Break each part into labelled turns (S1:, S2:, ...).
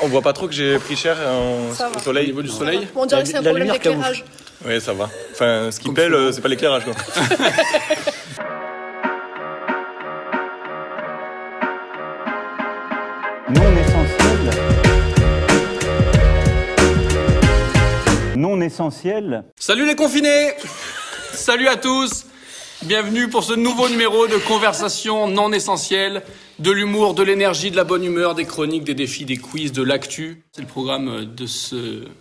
S1: On voit pas trop que j'ai pris cher en-
S2: Ça va.
S1: au soleil. Au niveau du soleil
S2: On dirait que c'est
S3: La-
S2: un
S3: la
S2: problème
S3: lumière
S2: d'éclairage.
S1: Oui, ça va. Enfin, ce qui pèle, euh, c'est pas l'éclairage, quoi.
S4: Non essentiel. Non essentiel.
S5: Salut les confinés Salut à tous Bienvenue pour ce nouveau numéro de conversation non essentielle, de l'humour, de l'énergie, de la bonne humeur, des chroniques, des défis, des quiz, de l'actu. C'est le programme de ce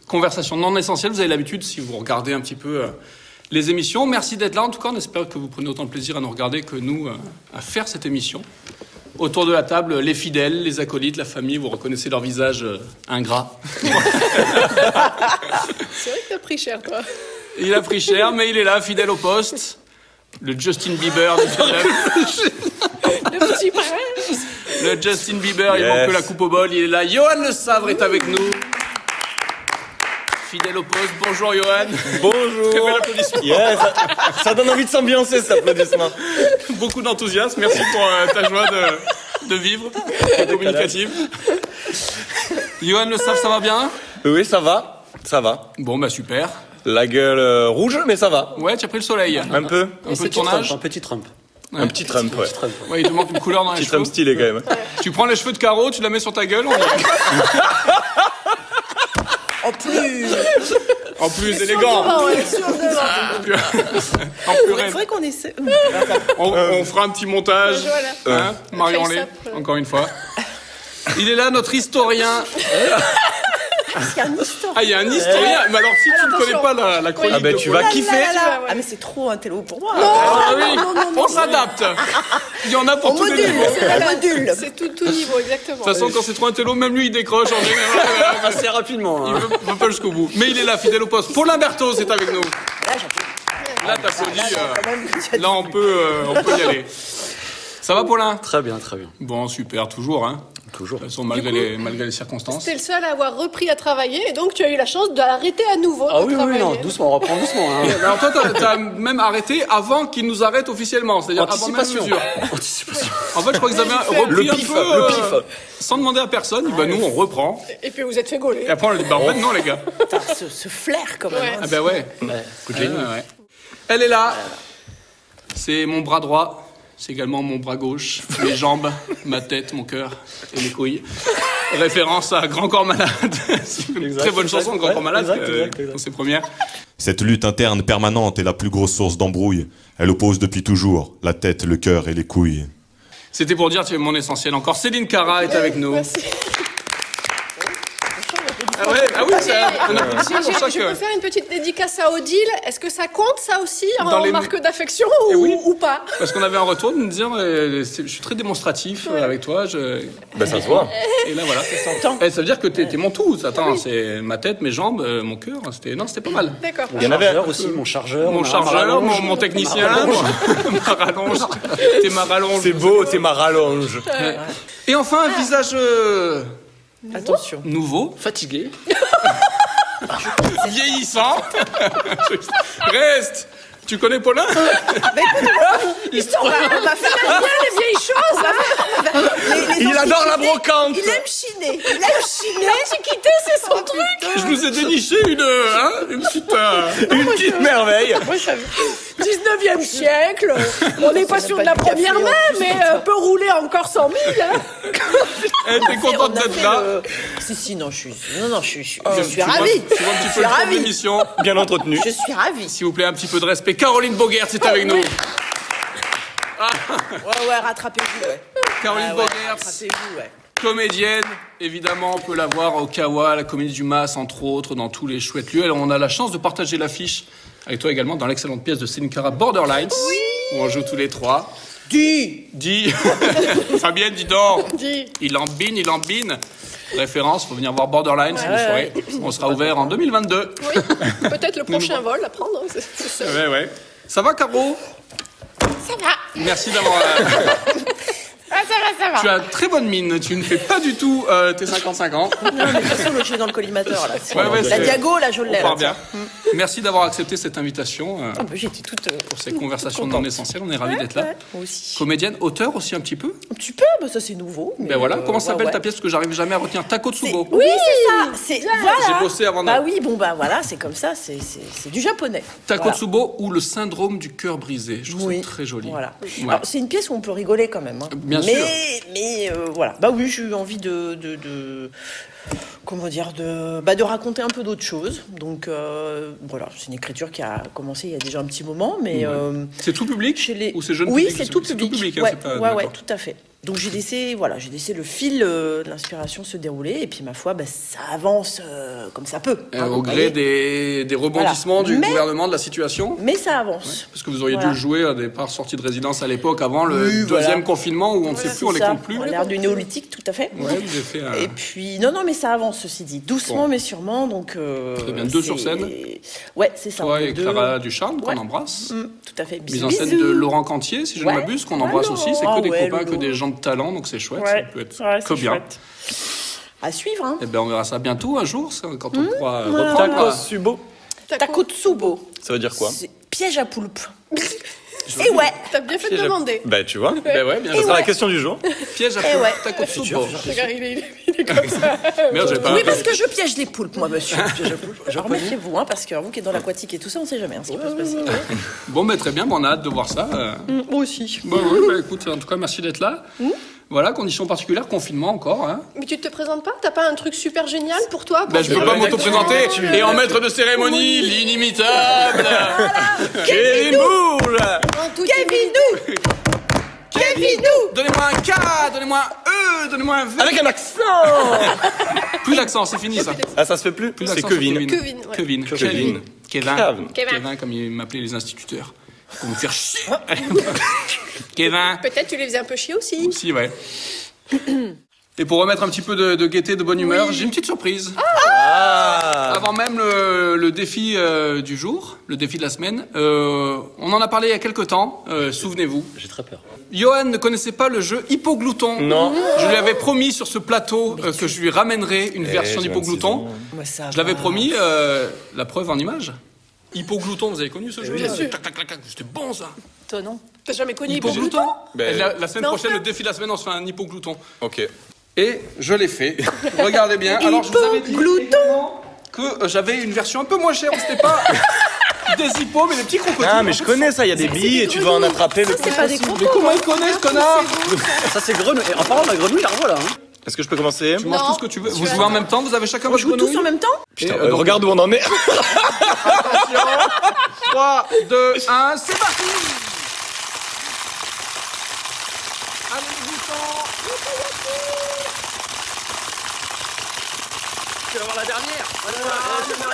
S5: conversation non essentielle. Vous avez l'habitude si vous regardez un petit peu euh, les émissions. Merci d'être là. En tout cas, on espère que vous prenez autant de plaisir à nous regarder que nous euh, à faire cette émission. Autour de la table, les fidèles, les acolytes, la famille, vous reconnaissez leur visage euh, ingrat.
S2: C'est vrai que t'as pris cher, toi.
S5: Il a pris cher, mais il est là, fidèle au poste. Le Justin Bieber du stand-up.
S2: Le petit brin.
S5: Le Justin Bieber, il
S1: Yes.
S5: manque que la coupe au bol, il est là. Johan Le Savre est avec nous. Fidèle au poste, bonjour Johan. Très bel
S1: Bonjour
S5: applaudissement.
S1: Yes ça, ça donne envie de s'ambiancer, cet applaudissement.
S5: Beaucoup d'enthousiasme, merci pour euh, ta joie de, de vivre, de communicative. Johan Le Savre, ça va bien
S1: Euh, Oui, ça va. Ça va.
S5: Bon, bah super.
S1: La gueule euh, rouge, mais ça va.
S5: Ouais, tu as pris le soleil.
S1: Un peu.
S5: Un peu de tournage.
S3: Un petit Trump.
S1: Un petit Trump, ouais.
S3: Petit Trump.
S5: Ouais, il te manque une couleur dans les
S1: Petit
S5: cheveux.
S1: Trump stylé, quand même.
S5: Tu prends les cheveux de Caro, tu la mets sur ta gueule. On...
S3: En plus,
S5: En plus élégant, Ah.
S2: Ah ouais, sûr de-
S5: en plus
S2: Il
S5: raide.
S2: faudrait qu'on essaie.
S5: On,
S1: Euh.
S5: on fera un petit montage.
S2: Voilà.
S5: Hein, Marion
S2: Face
S5: Lé,
S2: up, euh.
S5: encore une fois. Il est là, notre historien. Ah, il y a un historien. Mais alors, si tu ne connais
S2: attention.
S5: pas la, la chronique,
S1: Ah ben,
S5: de
S1: tu
S6: Oh
S5: Paul-
S1: vas kiffer.
S2: Ah,
S6: Ah mais c'est trop un télo pour moi.
S5: Ah oui,
S2: non, non, non,
S5: on s'adapte. Il y en a pour
S6: on
S5: tous les
S6: module,
S5: niveaux. De
S6: on module.
S2: C'est tout, tout niveau, exactement.
S5: toute façon, quand c'est trop un télo, même lui, il décroche en général.
S3: assez rapidement.
S5: Il
S3: hein.
S5: veut- veut pas jusqu'au bout. Mais il est là, fidèle au poste. Paulin Berthaud, c'est avec nous.
S6: Là, j'applaudis.
S5: Là, t'applaudis.
S6: Là, quand
S5: euh,
S6: même, tu as dit-
S5: Là, on peut, euh, on peut y aller. Ça va, Paulin
S3: Très bien, très bien.
S5: Bon, super, toujours, hein.
S3: Toujours.
S5: De toute façon, malgré, les, malgré les circonstances.
S2: T'es le seul à avoir repris à travailler et donc tu as eu la chance d'arrêter à nouveau.
S3: Ah
S2: de
S3: oui, oui, oui,
S2: travailler.
S3: non, doucement, on reprend doucement. hein.
S5: Alors toi, t'as- t'as même arrêté avant qu'ils nous arrêtent officiellement, c'est-à-dire avant même
S3: Anticipation.
S5: mesure.
S3: Anticipation.
S5: En fait, je crois qu'ils avaient repris
S1: Le
S5: un
S1: pif,
S5: peu,
S1: le
S5: euh, sans demander à personne. Bah nous, on reprend.
S2: Et puis vous êtes fait gauler.
S5: Et après, on a dit, bah en fait, non les gars.
S6: Putain, ce, ce flair quand même. hein.
S2: Ouais.
S5: Ah bah ouais. Ouais, ouais. Elle est là. C'est mon bras droit. C'est également mon bras gauche, mes jambes, ma tête, mon cœur et mes couilles. Référence à Grand Corps Malade. C'est une
S1: Exact,
S5: très bonne
S1: exact,
S5: chanson, Grand
S1: ouais,
S5: Corps Malade,
S1: exact,
S5: euh,
S1: exact, exact.
S5: dans ses premières.
S7: Cette lutte interne permanente est la plus grosse source d'embrouille. Elle oppose depuis toujours la tête, le cœur et les couilles.
S5: C'était pour dire, tu es mon essentiel encore. Céline Cara est avec nous.
S2: Merci.
S5: Ah, ouais, ah oui, ça, on a
S2: J'ai-
S5: pour ça
S2: j'ai- Je
S5: que.
S2: peux faire une petite dédicace à Odile. Est-ce que ça compte ça aussi
S5: Dans
S2: en
S5: les-
S2: marque d'affection
S5: Eh
S2: ou,
S5: oui.
S2: ou pas
S5: Parce qu'on avait un retour de me dire, euh, c'est- je suis très démonstratif euh, avec toi. Je...
S1: Ben, ça se voit.
S5: Et là voilà. Eh, ça veut dire que t'es t'es mon tout. Attends, c'est ma tête, mes jambes, euh, mon cœur. C'était non, c'était pas mal.
S2: D'accord.
S3: Il y en
S1: avait
S3: avait aussi, mon chargeur.
S5: Mon
S3: Oh, ma- ma
S5: chargeur,
S3: rallonge.
S5: mon, mon
S3: Ah,
S5: technicien, mon- ma rallonge. T'es ma rallonge.
S1: C'est beau, t'es ma rallonge.
S5: Et enfin, un visage euh,
S6: Attention.
S5: nouveau, fatigué, vieillissant. Reste. Tu connais Paulin
S6: On va, on va faire
S2: Bien les vieilles choses. Là.
S6: les, les
S1: Il adore la
S6: antiquités.
S1: brocante
S6: Il aime chiner. Il aime chiner.
S2: L'antiquité, c'est son truc.
S5: Je vous ai déniché une, euh, hein, une petite. euh,
S1: Une petite merveille
S2: 19e siècle. On n'est pas
S6: Ça
S2: sûr
S6: n'a
S2: de la
S6: pas de café,
S2: première
S6: en
S2: main,
S6: plus,
S2: mais
S6: comme ça.
S2: euh, peut rouler encore 100 000. hein.
S5: Elle était Eh, contente
S6: On a
S5: d'être
S6: fait
S5: Oh, là. Euh,
S6: le- Si si non je suis non non je suis je, je suis
S5: Tu vois-
S6: ravie.
S5: Tu vois un petit
S6: Je
S5: peu
S6: suis
S5: le fond de
S6: ravie.
S5: l'émission.
S1: Bien entretenu.
S6: Je suis ravie.
S5: S'il vous plaît, un petit peu de respect. Caroline Boguert, c'est avec
S2: Ah
S5: nous.
S6: Ouais ouais rattrapez-vous ouais.
S5: Caroline
S6: Ah ouais,
S5: Boguert,
S6: rattrapez-vous ouais.
S5: comédienne. Évidemment, on peut la voir au Kawa, à la Comédie du Mas, entre autres, dans tous les chouettes lieux. Alors, on a la chance de partager l'affiche avec toi également dans l'excellente pièce de Céline Cara, Borderlines, où on joue tous les trois. Dis Dis Fabienne, dis donc
S2: Dis.
S5: Il embine, il embine Référence, faut venir voir Borderlines, vous saurez. On sera ouvert en 2022.
S2: Oui, peut-être le prochain vol à prendre. hein, c'est- c'est ça.
S5: Ouais, ouais. Ça va, Caro
S2: Ça va.
S5: Merci d'avoir. euh,
S2: Ah,
S8: ça va, ça
S5: Tu
S8: va.
S5: as très bonne mine, tu ne fais pas du tout euh, tes 50-50.
S6: Non, mais de toute façon, l'autre, je l'ai dans le collimateur, là. C'est
S5: Ouais,
S6: bon.
S5: ouais,
S6: la
S5: c'est-
S6: Diago, là, je
S5: On
S6: l'ai. là,
S5: part bien. Mm. Merci d'avoir accepté cette invitation euh,
S6: tiens. Ah, bah, J'étais toute. euh,
S5: pour ces conversations non essentielles. On est ravis d'être là.
S6: ouais, Moi aussi.
S5: Comédienne, auteur aussi un petit peu.
S6: Un petit peu, bah, ça c'est nouveau. mais,
S5: Ben voilà,
S6: euh,
S5: comment s'appelle
S6: ouais,
S5: ta
S6: ouais.
S5: pièce que j'arrive jamais à retenir Takotsubo.
S6: Oui, c'est ça. C'est voilà.
S5: J'ai bossé avant
S6: Bah
S5: de-
S6: oui, bon bah voilà, c'est comme ça, c'est c'est- c'est du japonais.
S5: Takotsubo ou le syndrome du cœur brisé. Je trouve
S6: Voilà. Oui.
S5: ça très joli.
S6: Voilà.
S5: Ouais.
S6: Alors, c'est une pièce où on peut rigoler quand même. hein.
S5: Bien
S6: mais,
S5: sûr.
S6: Mais euh, voilà. Bah oui, j'ai eu envie de, de, de- comment dire de bah, de raconter un peu d'autres choses. Donc euh, voilà, c'est une écriture qui a commencé il y a déjà un petit moment, mais euh,
S5: C'est tout public
S6: chez les
S5: ou c'est jeune
S6: oui
S5: public
S6: c'est tout public,
S5: hein,
S6: ouais,
S5: c'est pas-
S6: ouais,
S5: d'accord.
S6: ouais, tout à fait donc j'ai laissé voilà j'ai laissé le fil euh, de l'inspiration se dérouler et puis ma foi bah, ça avance euh, comme ça peut
S5: Euh,
S6: hein,
S5: au
S6: vous
S5: gré
S6: voyez.
S5: des, des rebondissements
S6: Voilà.
S5: du
S6: Mais-
S5: gouvernement, de la situation
S6: mais ça avance
S5: Parce que vous auriez
S6: Voilà.
S5: dû jouer à des par sorties de résidence à l'époque, avant le
S6: Oui, voilà.
S5: deuxième confinement où on ne sait plus, on les
S6: C'est ça,
S5: compte plus.
S6: on a
S5: Ouais,
S6: l'air du néolithique tout à fait
S5: vous avez fait euh, un-
S6: Et puis, non, non, mais ça avance, ceci dit. Doucement,
S5: Bon.
S6: mais sûrement. Donc, euh,
S5: Très bien, deux sur
S6: c'est-
S5: scène.
S6: Ouais, c'est ça.
S5: toi
S6: on
S5: et
S6: est deux.
S5: Clara Ducharme,
S6: Ouais.
S5: qu'on embrasse.
S6: Mm, tout à fait.
S5: Mise
S6: Bisous,
S5: en scène
S6: bisous.
S5: de Laurent Cantier, si je
S6: Ouais.
S5: ne m'abuse, qu'on
S6: Ah
S5: embrasse
S6: non.
S5: aussi. C'est que
S6: Ah
S5: des
S6: ouais,
S5: copains,
S6: Lolo.
S5: que des gens de talent, donc c'est chouette. Ça
S8: Ouais.
S5: peut être
S8: Ouais, c'est
S5: que bien.
S8: chouette.
S6: À suivre, hein.
S5: Eh ben, on verra ça bientôt un jour, ça, quand
S6: Mm.
S5: on pourra euh, reprendre.
S1: Takotsubo.
S6: Takotsubo.
S1: Ça veut dire quoi
S6: C'est Piège à poulpe. Et ouais.
S2: T'as bien fait de demander.
S1: Ben, tu vois.
S5: Ben ouais, bien
S1: Ça
S5: joué.
S1: sera la question du jour.
S5: Piège à
S6: Eh ouais.
S5: Takotsubo.
S2: Regarde, il est, il est comme ça.
S5: Merde, j'avais pas
S6: Oui, parce que je piège les poulpes, moi, monsieur. Piège à poulpe. Genre, remettez-vous, hein, parce que vous qui êtes dans l'aquatique et tout ça, on sait jamais hein, ce qui peut se passer.
S5: Bon, ben, très bien, bon, on a hâte de voir ça. euh.
S6: Moi aussi.
S5: Bah oui, bah écoute, en tout cas, merci d'être là.
S6: Mm.
S5: Voilà, conditions particulières, confinement encore. Hein.
S2: Mais tu te présentes pas T'as pas un truc super génial pour toi pour
S5: Bah, je
S2: dire-
S5: peux pas m'auto-présenter et en maître de cérémonie, l'inimitable
S1: Kevin Bouge
S2: En toute
S6: Kevin, nous Kevin, nous
S5: Donnez-moi un K, donnez-moi un E, donnez-moi un V.
S1: Avec un accent
S5: Plus d'accent, c'est fini ça.
S1: Ah, ça se fait plus
S5: Plus
S1: C'est
S5: d'accent sur
S1: Kevin.
S2: Kevin, ouais.
S1: Kevin.
S5: Kevin. Kevin. Kevin.
S1: Kevin.
S5: Kevin, comme ils m'appelaient les instituteurs. Pour me faire chier. Kevin.
S2: Peut-être tu les faisais un peu chier aussi.
S5: Si, ouais. Et pour remettre un petit peu de, de gaieté, de bonne humeur, j'ai une petite surprise.
S1: Ah
S5: Avant même le, le défi euh, du jour, le défi de la semaine, euh, on en a parlé il y a quelques temps, euh, souvenez-vous.
S3: J'ai très peur.
S5: Johan ne connaissait pas le jeu Hypoglouton.
S1: Non.
S5: Je lui avais promis sur ce plateau euh, que je lui ramènerais une version
S1: Eh, j'ai
S5: d'Hypoglouton.
S1: 26 ans.
S6: Moi, ça
S5: Je l'avais
S6: va.
S5: promis, euh, la preuve en image. Hypoglouton, vous avez connu ce jeu Tac, tac, tac, tac, C'était bon ça.
S2: Toi non. T'as jamais connu
S5: Hypoglouton
S1: Ben,
S5: la, la semaine
S2: Mais
S5: prochaine,
S2: enfin.
S5: le défi de la semaine, on se fait un hypoglouton.
S1: Ok.
S5: Et je l'ai fait. Regardez bien. Alors, je vous avais dit
S6: Hypoglouton.
S5: également que euh, j'avais une version un peu moins chère. C'était pas des hippos, mais des petits crocodiles.
S1: Ah, mais je connais ça, il y a des billes et tu dois en attraper le
S6: C'est pas des
S5: Mais
S6: crocos.
S5: comment ils connaissent, connard
S3: Ça, c'est grenouille. En parlant de la grenouille, la revoilà. Hein.
S1: Est-ce que je peux commencer
S5: Tu manges
S2: Non.
S5: tout ce que tu veux. Vous
S2: Tu
S5: jouez en même temps Vous avez chacun
S6: On
S5: votre
S6: joue tous
S5: grenouille
S6: en même temps
S1: Putain, euh, regarde où on en est
S5: 3, 2, 1, c'est parti Allez, les boutons Tu vas voir la dernière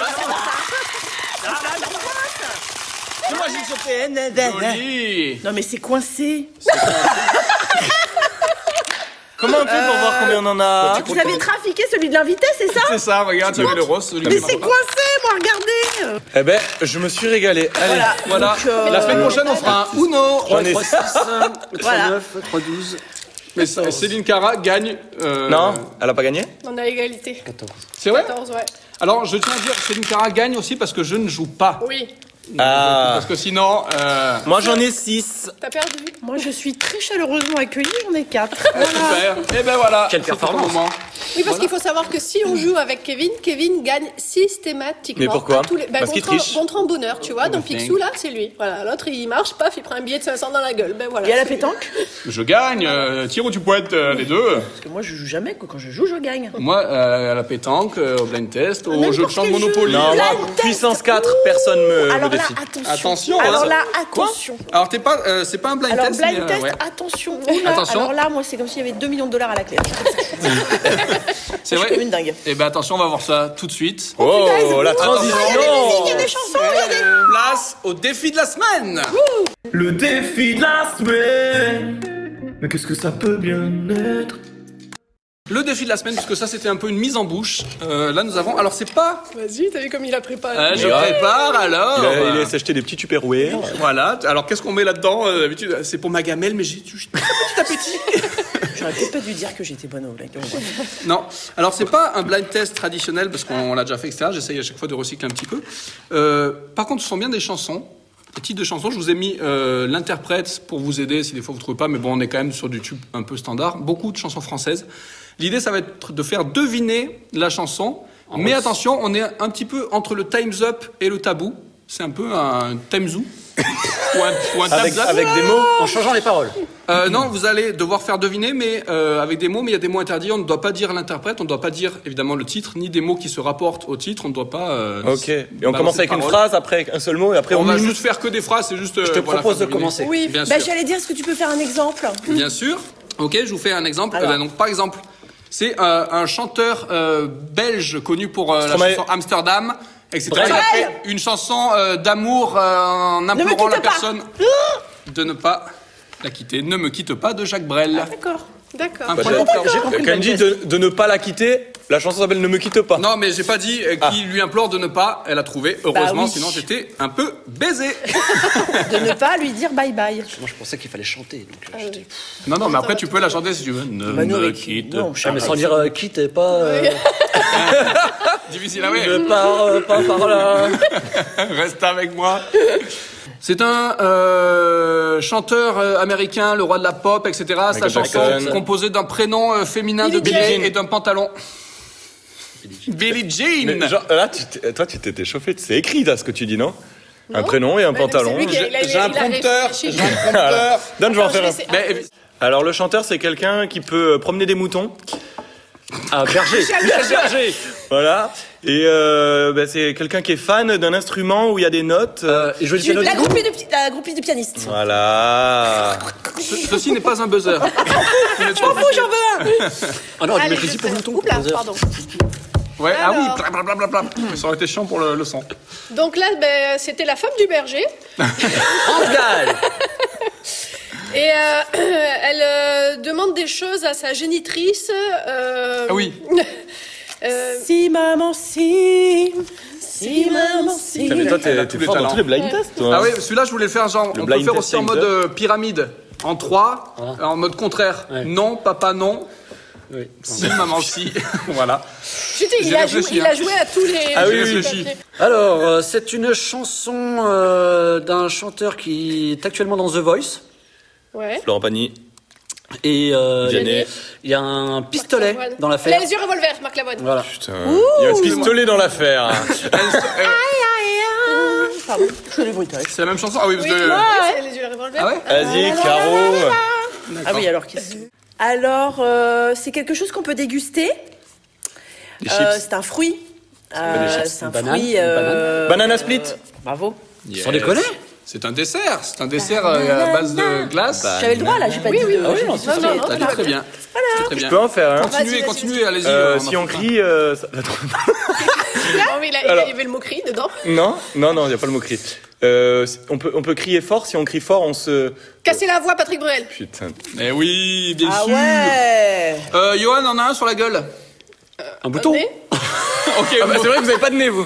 S5: Joli
S6: Non, mais c'est coincé.
S1: Comment on fait pour voir combien on en a
S6: Vous avez trafiqué celui de l'invité, c'est ça
S5: C'est ça, regarde, tu avais le rose, celui
S6: Mais
S5: qui
S6: c'est
S5: marche pas.
S6: coincé, moi, regardez
S1: Eh ben, je me suis régalé. Allez,
S6: Voilà,
S5: Voilà,
S6: donc, euh,
S5: la semaine prochaine on fera un Uno
S1: j'en ai.
S3: 3, 6, 3,
S6: Voilà.
S3: 9, 3, 12.
S5: Mais ça, Céline Cara gagne. euh,
S1: Non, elle a pas gagné
S2: On a égalité.
S5: C'est vrai
S2: 14, ouais.
S5: Alors je tiens à dire, Céline Cara gagne aussi parce que je ne joue pas.
S2: Oui.
S1: Ah
S5: Parce que sinon. euh,
S1: Moi j'en ai 6.
S2: T'as perdu.
S6: Moi, je suis très chaleureusement accueillie, j'en ai quatre.
S5: Super. Et ben voilà.
S3: Quelle
S5: c'était le
S3: performance.
S5: moment.
S2: Oui, parce qu'il faut savoir que si on joue avec Kevin, Kevin gagne systématiquement.
S1: Mais pourquoi
S2: à tous les... bah,
S1: Parce qu'il
S2: contre,
S1: triche.
S2: contre en bonheur, tu vois. Donc
S5: thing.
S2: Picsou, là, c'est lui. Voilà. L'autre, il marche, paf, il prend un billet de 500 dans la gueule. Ben voilà.
S6: Il y a la pétanque
S5: Je gagne. euh, tire ou tu poètes euh, les deux.
S6: Parce que moi, je joue jamais, quoi. Quand je joue, je gagne.
S5: Moi, euh, à la pétanque, euh, au blind test, au jeu de chambre
S6: quel jeu.
S5: Monopoly.
S1: Non, moi,
S6: Blind test.
S1: puissance 4, personne me, me
S6: Alors là,
S1: défie.
S6: attention.
S5: Attention,
S6: Alors
S5: hein.
S6: là, attention.
S5: Alors t'es pas, euh, c'est pas un blind
S6: Alors,
S5: test. mais,
S6: blind
S5: euh,
S6: test,
S5: ouais.
S6: attention. Oh là,
S5: Attention.
S6: Alors là, moi, c'est comme s'il y avait 2 millions de dollars à la clé.
S5: C'est
S6: Je suis comme
S5: vrai.
S6: une dingue.
S5: Et ben attention, on va voir ça tout de suite.
S1: Oh, la
S5: Attention.
S1: transition
S6: Ah, Il y a des chansons, il y a des...
S5: Place au défi de la semaine.
S9: Le défi de la semaine. Mais qu'est-ce que ça peut bien être
S5: Le défi de la semaine, puisque ça c'était un peu une mise en bouche. Euh, là nous avons. Alors c'est pas.
S2: Vas-y, t'as vu comme il a préparé.
S5: Euh, je
S1: Mais ouais.
S5: prépare alors.
S1: Ah, Il, a- il a s'acheté des petits tupperwares.
S5: Voilà. Alors qu'est-ce qu'on met là-dedans euh, D'habitude c'est pour ma gamelle, mais j'ai j'ai un petit appétit.
S6: J'aurais peut-être pas dû dire que j'étais bonne au blague.
S5: Non. Alors, c'est pas un blind test traditionnel, parce qu'on l'a déjà fait, etc. J'essaye à chaque fois de recycler un petit peu. Euh, par contre, ce sont bien des chansons. Des titres de chansons. Je vous ai mis euh, l'interprète pour vous aider si des fois vous trouvez pas, mais bon, on est quand même sur du tube un peu standard. Beaucoup de chansons françaises. L'idée, ça va être de faire deviner la chanson. mais attention, on est un petit peu entre le Time's Up et le Tabou. C'est un peu un Time's Up. ou un, ou un
S1: Avec,
S5: Time's Up.
S1: avec des mots.
S3: En changeant les paroles.
S5: Euh, non, vous allez devoir faire deviner, mais euh, avec des mots, mais il y a des mots interdits. On ne doit pas dire l'interprète, on ne doit pas dire évidemment le titre, ni des mots qui se rapportent au titre. On ne doit pas. euh,
S1: Ok. Et on
S5: balancer
S1: commence avec
S5: de
S1: une
S5: paroles.
S1: phrase, après un seul mot, et après
S5: On
S1: Bah, on,
S5: va
S1: minute.
S5: juste faire que des phrases. C'est juste. euh,
S3: Je te propose de commencer.
S6: Oui,
S5: Bien
S6: bah,
S5: sûr.
S6: j'allais dire, est-ce que tu peux faire un exemple
S5: Bien sûr. Ok, je vous fais un exemple.
S6: Alors.
S5: Eh ben, donc, par exemple, c'est euh, un chanteur euh, belge connu pour euh, la
S1: Stromae.
S5: chanson Amsterdam, etc. Il a fait une chanson euh, d'amour euh, en
S6: me
S5: implorant
S6: quitte
S5: la
S6: pas.
S5: personne de ne pas la quitter. Ne me quitte pas de Jacques Brel.
S6: D'accord.
S2: D'accord.
S5: Un
S1: Bah,
S5: point
S1: j'ai-
S5: d'observation.
S1: Quand il dit de, de ne pas la quitter, la chanson s'appelle Ne me quitte pas.
S5: Non, mais j'ai pas dit euh, qui lui implore de ne pas. Elle a trouvé, heureusement,
S6: oui.
S5: sinon j'étais un peu baisé.
S6: De ne pas lui dire bye bye.
S3: Moi, je pensais qu'il fallait chanter. Donc, euh, j'étais-
S5: non, non, mais après tu peux la chanter si tu veux. Ne
S6: Bah, nous,
S5: me
S6: avec-
S5: quitte.
S6: non,
S3: Ah, mais sans dire euh, quitte et pas. euh,
S5: Difficile à ouais.
S3: par, euh, pas par là.
S5: Reste avec moi. C'est un euh, chanteur euh, américain, le roi de la pop, etc. Sa chanson
S1: Jackson.
S5: composée d'un prénom euh, féminin de
S2: Billie
S5: Billie
S2: Jean.
S5: Jean et d'un pantalon. Billie Jean.
S1: Mais genre, là, tu t'es- toi, tu t'étais chauffé. C'est écrit, là, ce que tu dis, non Un prénom et un
S2: Ouais,
S1: pantalon.
S2: Bah, Ben, c'est lui qui a-
S1: Je-
S2: il a- il a-
S5: J'ai un
S2: il a
S5: prompteur.
S2: réfléchi.
S5: J'ai un prompteur.
S1: Donne, je vais en faire un. Ben,
S2: Attends, je vais
S5: Mais,
S2: essayer- Ah,
S5: euh,
S1: Alors, le chanteur, c'est quelqu'un qui peut euh, promener des moutons.
S3: Ah, berger.
S1: Voilà. Et euh, bah, c'est quelqu'un qui est fan d'un instrument où il y a des notes. euh,
S3: Euh, il joue du piano.
S6: La
S3: du coup
S6: groupie de, pi- la groupie de pianistes.
S1: Voilà.
S5: ce- ceci n'est pas un buzzer. Il est trop-
S6: Oh, j'en veux un
S3: Ah non,
S2: Allez,
S3: du
S2: je
S3: mercredi pour
S2: sais.
S3: mouton.
S2: Oula,
S3: pour 11 heures.
S2: pardon.
S5: Ouais, ah oui,
S2: Alors.
S5: blablabla. Ça aurait été chiant pour le, le son.
S2: Donc là, ben, c'était la femme du berger.
S3: Randall.
S2: Et euh, elle euh, demande des choses à sa génitrice. euh,
S5: Ah oui.
S2: euh,
S6: Si maman, si. Si maman, si.
S1: Putain, mais toi,
S5: Elle a
S1: t'es
S5: tous
S1: t'es
S5: les
S1: fort dans
S5: talents.
S1: tous les blind tests, toi. hein.
S5: Ah oui, celui-là, je voulais le faire genre, on peut
S1: blind
S5: faire
S1: test
S5: aussi en
S1: Times
S5: mode
S1: Up.
S5: euh, pyramide. En trois, euh, en mode contraire.
S3: Ah. Ouais.
S5: Non, papa, non.
S3: Oui.
S5: Si, maman, si. voilà.
S2: putain, il,
S5: J'ai
S2: a joué,
S5: réfléchi,
S2: il
S5: hein.
S2: a joué à tous les.
S1: Ah oui,
S2: jeux
S1: oui,
S2: de
S5: réfléchi.
S2: papier.
S3: Alors, euh, c'est une chanson euh, d'un chanteur qui est actuellement dans The Voice.
S2: Ouais.
S1: Laurent Pagny.
S3: Et euh,
S1: Vianney.
S3: il y a un pistolet
S2: Marc Lavoine.
S3: dans
S2: Il a
S3: l'affaire.
S2: les yeux revolver, Marc Lavoine.
S3: Voilà.
S1: Il y a un pistolet dans l'affaire. hein.
S5: Euh,
S6: Pardon, je fais les bruitages.
S5: C'est la même chanson Ah oui, parce
S2: Oui,
S5: que.
S2: oui, c'est les yeux revolver.
S5: Ah ouais
S1: Vas-y, Caro.
S6: Ah oui, alors qu'est-ce que Alors, euh, c'est quelque chose qu'on peut déguster.
S1: Des
S6: Euh,
S1: chips.
S6: c'est un fruit.
S3: des
S6: Euh,
S3: chips.
S6: C'est un
S3: Une banane,
S6: fruit.
S3: une
S6: euh,
S1: Banana split.
S6: Bravo.
S3: Sans déconner
S5: C'est un dessert. C'est un dessert euh, à base de glace.
S6: J'avais le droit là, j'ai pas dit. de-
S3: Ah oui, non,
S6: j'ai
S3: c'est
S6: dit-
S2: ça.
S5: T'as dit très bien. C'est Très
S1: Je
S5: bien.
S1: peux en faire, hein.
S5: Continuez,
S2: Vas-y, vas-y,
S5: continuez,
S2: vas-y.
S5: allez-y.
S1: Euh,
S5: a
S1: si
S5: fait
S1: on
S5: plein.
S1: crie, euh, ça- Attends.
S2: Non, mais il, a- il
S1: Alors.
S2: y avait le mot cri dedans.
S1: non, non, non, il n'y a pas le mot cri. Euh, on, peut, on peut crier fort, si on crie fort, on se.
S2: Casser la voix, Patrick Bruel.
S1: Putain.
S5: Eh oui, bien
S6: Ah
S5: sûr.
S6: ouais
S5: Euh, Johan en a un sur la gueule.
S3: Un bouton
S2: Attendez.
S5: Ok,
S1: Ah bah, c'est vrai que vous n'avez pas de nez, vous.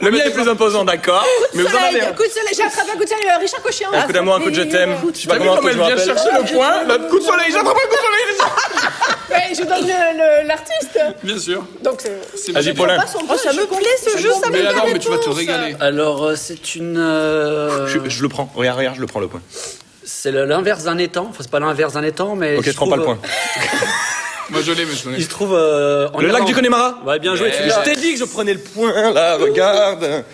S1: Le mien est plus imposant, d'accord. Mais vous en avez
S2: Soleil,
S1: un.
S2: coup de soleil, j'ai attrapé un coup de soleil, euh, Richard Cochian.
S1: Un coup d'amour, un coup de je t'aime. Je sais pas
S5: T'as vu
S1: comment
S5: comme
S1: que
S5: elle
S1: je
S5: vient
S1: m'appelle.
S5: chercher le point L'autre coup de soleil, j'attrape un coup de soleil les gens.
S2: Ouais, je donne le- le- l'artiste.
S5: Bien sûr.
S2: Donc c'est.
S5: C'est
S1: Vas-y,
S5: bien.
S1: Paulin.
S6: Oh, ça me plaît ce jeu, ça me
S5: Mais
S6: plaît.
S5: là, non, mais tu vas te
S2: réponse.
S5: régaler.
S3: Alors, euh, c'est une. euh,
S1: Je, je le prends. Regarde, regarde, je le prends le point.
S3: C'est le- l'inverse d'un étang. Enfin, c'est pas l'inverse d'un étang, mais.
S1: Ok,
S3: il
S1: je
S3: se
S1: prends pas le
S3: trouve,
S1: point.
S5: Moi, je l'ai, mais je
S3: euh,
S5: l'ai.
S3: Il se trouve. euh, en
S1: Le lac
S3: Irlande.
S1: du Connemara.
S3: Ouais, bien joué, tu
S5: Ouais.
S1: Je
S3: l'as.
S1: t'ai dit que je prenais le point, là, regarde.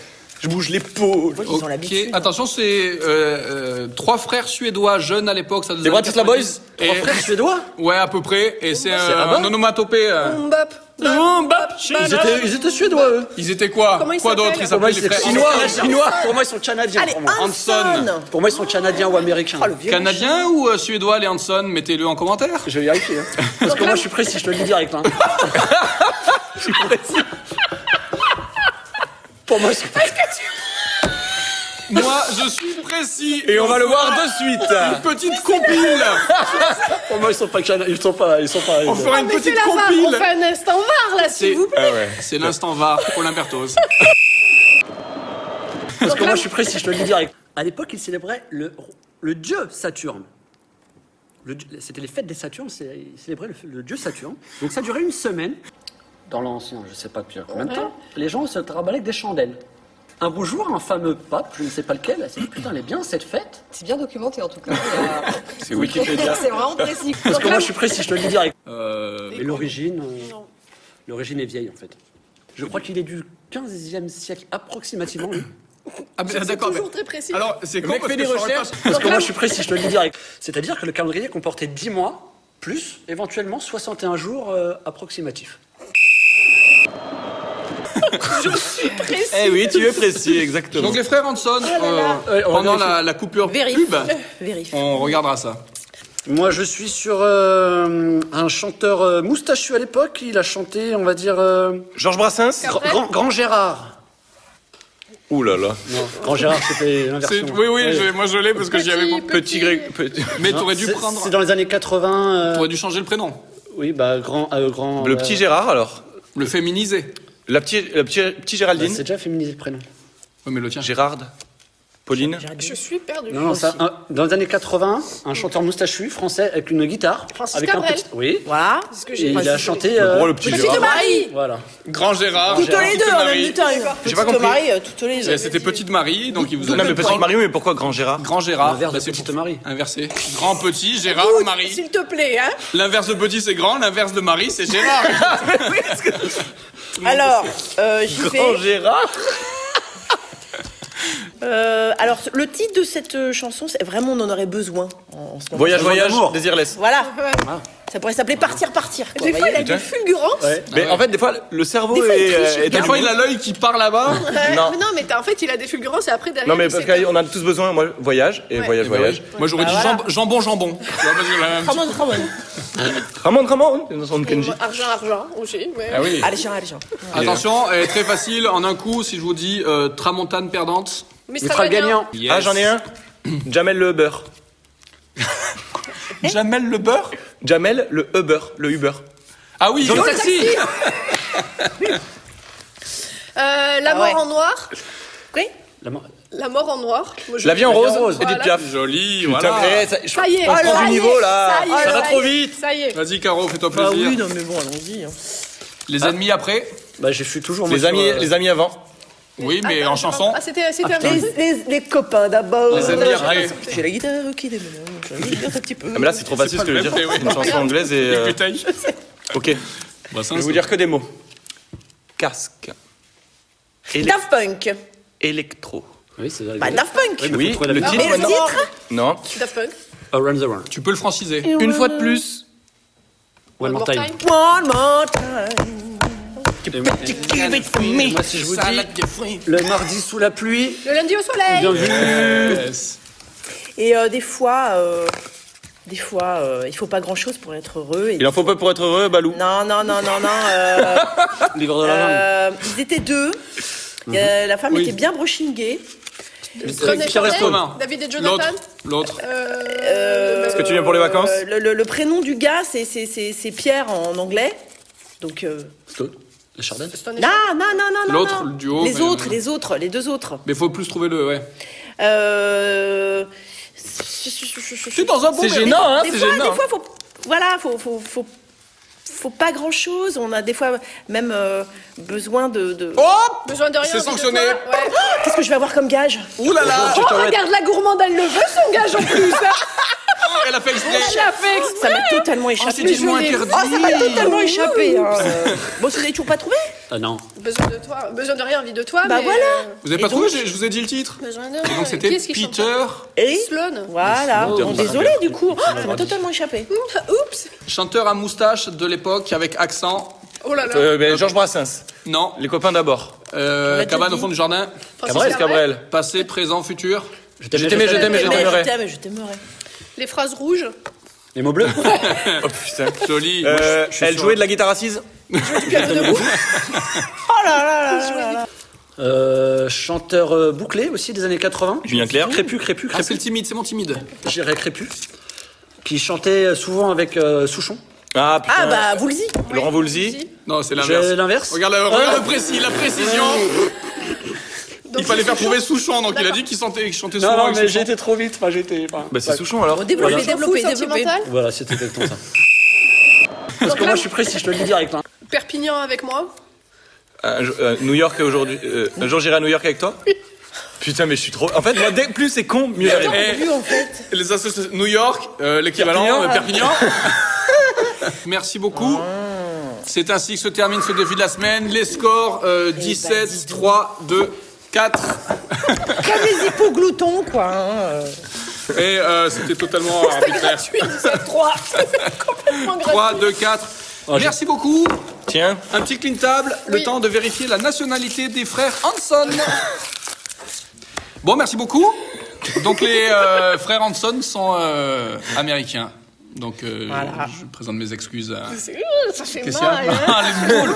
S1: Je bouge l'épaule.
S6: Ils ont l'habitude. hein.
S5: Attention, c'est euh, euh, trois frères suédois jeunes à l'époque. ça nous
S1: Les
S5: années
S1: Bratislava
S5: 90.
S1: Boys
S5: Et-
S3: Trois frères suédois
S5: Ouais, à peu près. Et c'est
S3: ah
S5: un, un
S3: bon
S5: onomatopée. euh.
S2: Mbop.
S6: Ah,
S3: ils étaient, ils étaient suédois, eux.
S5: Ils étaient quoi
S2: Comment ils
S5: Quoi d'autre
S2: s'appellent
S5: Ils
S3: Pour moi,
S5: s'appelaient
S3: ils
S5: les
S3: étaient
S5: frères
S3: chinois, chinois. Pour moi, ils sont canadiens.
S6: Allez,
S3: pour, moi.
S6: Hanson
S3: Pour moi, ils sont canadiens ou américains.
S6: Oh, le vieux.
S5: Canadiens ou euh, suédois, les Hanson Mettez-le en commentaire.
S3: Je vais vérifier. hein. Parce que moi, je suis précis, je te le dis direct. hein. Pour moi, c'est
S5: Moi, je suis précis.
S1: Et on va le voir de suite.
S5: Petite compile.
S3: Pour moi, ils sont pas canards. Ils sont pas. Ils sont pas.
S5: On fera
S2: Ah,
S5: une
S2: mais c'est
S5: petite
S2: la VAR, on
S5: compile.
S2: fait un instant VAR là, s'il
S5: C'est-
S2: vous plaît.
S1: Ah ouais.
S5: C'est l'instant va pour l'impertose.
S3: Parce que moi, je suis précis. Je te le dis direct. À l'époque, ils célébraient le le dieu Saturne. Le dieu- C'était les fêtes des Saturnes. c'est- Ils célébraient le, le dieu Saturne. Donc ça durait une semaine. Dans l'ancien, je sais pas depuis combien de temps, les gens se trimballaient avec des chandelles. Un beau jour, un fameux pape, je ne sais pas lequel, s'est dit putain, elle est bien cette fête.
S8: C'est bien documenté en tout cas. Il y a-
S5: C'est Wikipédia.
S8: C'est vraiment précis.
S3: Parce que moi, je suis précis. Je te le dis direct.
S5: Euh,
S3: Mais l'origine, euh, l'origine est vieille en fait. Je crois qu'il est du 15e siècle approximativement. Lui.
S5: ah, mais,
S2: C'est
S5: d'accord. mais-
S2: toujours très précis.
S5: Alors, c'est con
S3: mec
S5: parce
S3: fait
S5: que
S3: des
S5: je saurais pas-
S3: recherches. Parce que moi je suis précis, je te le dis direct. C'est-à-dire que le calendrier comportait 10 mois plus éventuellement 61 jours euh, approximatifs.
S1: Eh oui, tu es précis, exactement.
S5: Donc les frères Hanson, euh,
S3: Ouais, on va
S5: pendant
S3: vérifier.
S5: la, la coupure
S6: Vérifie.
S5: pub,
S6: Vérifie.
S5: on regardera ça.
S3: Moi je suis sur euh, un chanteur euh, moustachu à l'époque. Il a chanté, on va dire, euh,
S1: Georges Brassens
S3: Gra- grand, Grand Gérard.
S1: Ouh là là.
S3: Non, Grand Gérard c'était
S5: C'est-
S3: l'inversion.
S5: Oui, oui,
S3: Ouais.
S5: je- moi je l'ai parce que j'y avais
S2: Petit,
S5: mon
S1: Petit Gré- petit-
S5: Mais
S3: Non,
S5: t'aurais dû
S3: c'est-
S5: prendre.
S3: C'est dans les années 80. euh,
S5: T'aurais dû changer le prénom.
S3: Oui, bah grand. euh, grand
S1: Le
S3: euh,
S1: petit Gérard, alors
S5: Le féminiser.
S1: La petite, la petite, petite
S3: bah,
S1: Géraldine
S3: C'est déjà féminisé le prénom.
S5: Oui, mais le tien.
S1: Gérarde Pauline
S2: Je suis perdue.
S3: Non, non, ça, un- dans les années 80, un chanteur moustachu français avec une guitare.
S2: Francis
S3: avec
S2: Cabrel.
S3: petit- Oui.
S6: Voilà.
S2: C'est ce que
S3: Et
S2: j'ai
S3: il a chanté. euh,
S1: Pour le petit
S2: Petite
S1: Gérard.
S2: Marie
S3: Voilà.
S5: Grand Gérard.
S6: Toutes les deux en même temps.
S1: J'ai pas
S6: Petite
S1: compris.
S6: Marie, euh, toutes les
S5: Et
S6: deux.
S5: C'était Petite Marie, donc il vous a.
S1: Non, mais Patrick Mario, mais pourquoi Grand Gérard
S5: Grand Gérard.
S3: L'inverse
S5: bah,
S3: de
S5: c'est
S3: Petite
S5: pour-
S3: Marie.
S5: Inversé. Grand petit, Gérard, Marie.
S6: S'il te plaît, hein.
S5: L'inverse de petit c'est grand, l'inverse de Marie c'est Gérard.
S6: Alors, euh, j'y vais.
S1: Gérard
S6: Euh, alors, le titre de cette euh, chanson, c'est vraiment on en aurait besoin en, en ce moment.
S1: Voyage,
S3: Bonjour
S1: voyage,
S3: d'amour.
S1: désirless.
S6: Voilà. Ça pourrait s'appeler Partir, partir. quoi,
S2: Des fois, il a
S6: voyez.
S2: des fulgurances.
S3: Ouais.
S1: Mais en fait, des fois, le cerveau
S6: Des fois, il
S1: est,
S6: triche,
S1: euh, est
S5: Des
S1: un
S5: fois
S1: peu-
S5: il a l'œil qui part là-bas.
S1: Non.
S2: Mais non, mais t'as- en fait, il a des fulgurances et après, derrière.
S1: Non, mais
S2: il
S1: parce
S2: s'éteint.
S1: qu'on a tous besoin, moi, voyage, et
S2: Ouais.
S1: voyage, voyage.
S5: Eh ben Moi j'aurais dit
S6: voilà.
S5: jamb- jambon jambon. Tu vois, parce que la même-
S6: Ramon, Ramon.
S1: Ramon, Ramon, dans son Kenji.
S2: Argent, argent, aussi. ouais.
S5: Ah oui.
S6: Algérie, Algérie.
S5: Attention, elle est très facile. En un coup, si je vous dis euh, tramontane perdante.
S2: Mais
S3: Il sera le gagnant.
S5: Yes.
S1: Ah, j'en ai un. Jamel le Uber.
S5: Jamel le beurre
S1: Jamel le Uber, le Uber.
S5: Ah oui, le taxi.
S2: Euh, la
S6: Ah
S2: mort
S6: ouais.
S2: en noir.
S6: Oui.
S3: La mort-
S2: La mort en noir. Moi, je-
S1: La vie en rose,
S2: Voilà.
S1: Edith Piaf.
S5: Joli,
S1: Putain,
S5: voilà.
S1: eh, ça- je
S2: Ça y est,
S1: on se prend
S2: ça
S1: du
S2: y est,
S1: niveau là.
S2: ça y est,
S1: Ça va
S2: ça
S1: trop
S2: y est,
S1: vite.
S2: Ça y est.
S5: Vas-y Caro, fais-toi
S6: Ah
S5: plaisir.
S6: oui, non, mais bon, allons-y. hein.
S5: Les
S1: Ah.
S5: ennemis après
S3: Bah, je suis toujours. moi,
S1: Les
S3: sur,
S1: amis,
S3: euh,
S1: les amis avant.
S5: Oui, mais
S2: Attends,
S5: en
S2: attends,
S5: chanson.
S2: Ah, c'était c'était un
S6: Les, les- les copains d'abord.
S5: Les ennemis après.
S6: J'ai la guitare qui déménage. Je vais dire un petit peu.
S1: Ah, mais là, c'est trop facile ce que je veux dire.
S5: même, mais oui.
S1: C'est Une chanson anglaise et. euh,
S5: Putain.
S1: Ok,
S5: Bah,
S1: je
S5: ça,
S1: vais vous
S5: ça-
S1: dire que des mots. Casque. Élec-
S6: Daft Punk.
S1: Électro.
S3: Oui, c'est
S6: Bah, Daft Punk.
S3: mais
S1: Oui,
S3: faut trouver
S1: le
S3: la
S6: Mais
S1: titre
S6: le
S1: non.
S6: titre
S1: Non.
S2: Daft Punk.
S3: Around Oh, the World.
S5: Tu peux le franciser.
S1: Une fois de plus.
S3: One more time.
S6: One more time.
S3: Et Moi, si je vous dis le mardi sous la pluie,
S2: Le lundi au soleil.
S3: bien vu.
S5: Yes.
S6: Et euh, des fois, euh, des fois, euh, il faut pas grand chose pour être heureux. Et...
S1: Il en faut peu pour être heureux, Balou.
S6: Non, non, non, non, non. euh,
S3: Livre de la langue.
S6: euh, ils étaient deux.
S1: Mhm.
S6: Euh, la femme
S5: Oui.
S6: était bien brochinguée.
S2: René
S5: Pierre
S2: Forêt,
S5: Escobar.
S2: David et Jonathan.
S5: L'autre. L'autre.
S2: Euh,
S1: Est-ce que tu viens pour les vacances
S6: Euh, le, le- le prénom du gars, c'est, c'est, c'est, c'est Pierre en anglais. Donc, euh,
S3: Le Chardin.
S2: c'est un échec.
S6: non, non, non, non, non.
S5: L'autre,
S6: non.
S5: le duo,
S6: Les
S5: mais-
S6: autres, les autres, les deux autres.
S5: Mais faut plus trouver le. Ouais.
S6: Euh...
S5: C'est dans un bon
S1: C'est
S5: mérite.
S1: gênant, hein,
S6: des
S1: c'est
S6: fois,
S1: gênant.
S6: des fois, faut, voilà, faut, faut, faut, faut pas grand chose. On a des fois même euh, besoin de. de-
S1: Oh
S5: Hop
S2: Besoin de rien.
S5: C'est
S2: envie de
S5: sanctionné. Ah,
S2: toi, ouais.
S6: Qu'est-ce que je vais avoir comme gage
S5: Ouh là là
S2: Oh, regarde la gourmande, elle le veut son gage en plus.
S5: Ah, Elle a fait
S1: Oh,
S2: Elle
S5: exprès
S2: l'a fait exprès.
S6: Ça m'a totalement échappé.
S5: c'est tellement
S6: Mais je l'ai-
S5: interdit.
S6: Oh, ça m'a totalement échappé. hein. Euh, Bon, tu l'avez toujours pas trouvé
S3: Ah non.
S2: Besoin de toi, besoin de rien, envie de toi.
S6: Bah
S2: mais,
S6: voilà.
S2: euh,
S5: Vous avez
S6: Et
S5: pas trouvé
S6: donc-
S5: j'ai- Je vous ai dit le titre.
S2: besoin de
S5: Et
S1: Ah,
S2: rien.
S5: donc c'était
S2: Qui est-ce qui chante
S5: Peter,
S6: Et
S2: Sloan.
S6: voilà. Bon, désolé du coup. Oh, ça m'a totalement échappé.
S2: Oups.
S5: chanteur à moustache de l'époque avec accent.
S2: Oh là là.
S1: Euh, ben, Georges Brassens.
S5: Non.
S1: Les copains d'abord.
S5: Euh,
S6: On l'a déjà
S5: cabane au
S6: dit.
S5: fond du jardin.
S2: Francis
S1: Cabrel, Cabrel.
S5: Passé, présent, futur.
S3: Je
S1: Je t'aimais, je t'aimais, je
S6: Mais
S1: t'aimerais.
S6: je t'aime, je t'aimerais.
S2: Les phrases rouges.
S3: Les mots bleus.
S1: Oh putain.
S5: Joli.
S1: Euh,
S3: suis
S1: elle
S3: sûr.
S1: jouait de la guitare assise
S6: Oh là là là là là.
S3: Euh, chanteur euh, bouclé aussi des années 80.
S1: Julien Clerc.
S3: Crépu, Crépu,
S5: Ah, c'est
S3: Crépu.
S5: le timide, c'est mon timide.
S3: J'irais Crépu. Qui chantait souvent avec euh, Souchon.
S1: Ah, putain.
S6: Ah bah, vous le dites
S1: Laurent Voulzy.
S5: Non, c'est
S3: J'ai
S5: l'inverse.
S3: l'inverse.
S5: Regarde, la, regarde le précis, la précision.
S2: Donc,
S5: il fallait
S2: c'est
S5: faire
S2: Souchon.
S5: trouver Souchon, donc il a
S2: D'accord.
S5: dit qu'il sentait- qu'il chantait souvent.
S3: Ah, Non, non,
S5: avec
S3: mais
S5: Souchon.
S3: j'ai été trop vite. Enfin, j'ai été. enfin,
S1: Bah, c'est Souchon alors.
S6: Développez,
S2: Voilà.
S6: développez,
S2: Fou,
S6: développez.
S2: sentimental.
S3: Voilà, c'était exactement ça. Parce que
S2: là,
S3: moi, je suis précis, je te le dis direct. hein.
S2: Perpignan avec moi.
S1: Un jour- euh, New York aujourd'hui. euh, un jour j'irai à New York avec toi Putain, mais je suis trop. En fait, moi, dès- plus c'est con, mieux j'arrive.
S5: Eh, Les associations New York, euh, l'équivalent Perpignan. Perpignan. Merci beaucoup. C'est ainsi que se termine ce défi de la semaine. Les scores
S3: Eh
S5: euh,
S3: ben,
S5: 17, 3, 2, 4.
S6: Comme les hypogloutons, quoi. hein, euh.
S5: Et euh, c'était totalement arbitraire.
S6: 3
S5: 3, 2, 4.
S3: Oh,
S5: Merci beaucoup.
S1: Tiens.
S5: Un petit clean table, le
S2: Oui.
S5: temps de vérifier la nationalité des frères Hanson. Bon, merci beaucoup. Donc les euh, frères Hanson sont euh, américains. Donc euh,
S6: Voilà.
S5: je présente mes excuses à
S2: C'est- euh, Ça fait
S5: Kessia.
S2: mal. hein.
S5: Ah, les drôles.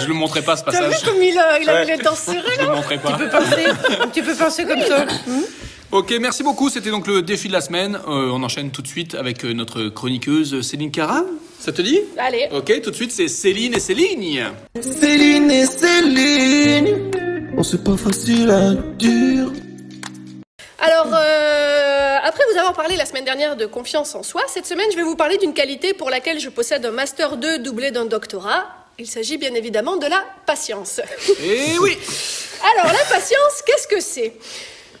S5: Je le montrais pas ce
S2: T'as vu
S5: passage.
S2: comme il a, il a les dents serrées
S5: Je
S2: là
S5: le montrais pas.
S6: Tu peux penser comme ça.
S5: Ok, merci beaucoup. C'était donc le défi de la semaine. Euh, on enchaîne tout de suite avec euh, notre chroniqueuse Céline Cara. Ça te dit
S2: Allez.
S5: Ok, tout de suite c'est Céline et Céline.
S9: Céline et Céline, on c'est pas facile à dire.
S2: Alors, euh, après vous avoir parlé la semaine dernière de confiance en soi, cette semaine je vais vous parler d'une qualité pour laquelle je possède un Master 2 doublé d'un doctorat. Il s'agit bien évidemment de la patience.
S5: Et Eh oui
S2: Alors, la patience, qu'est-ce que c'est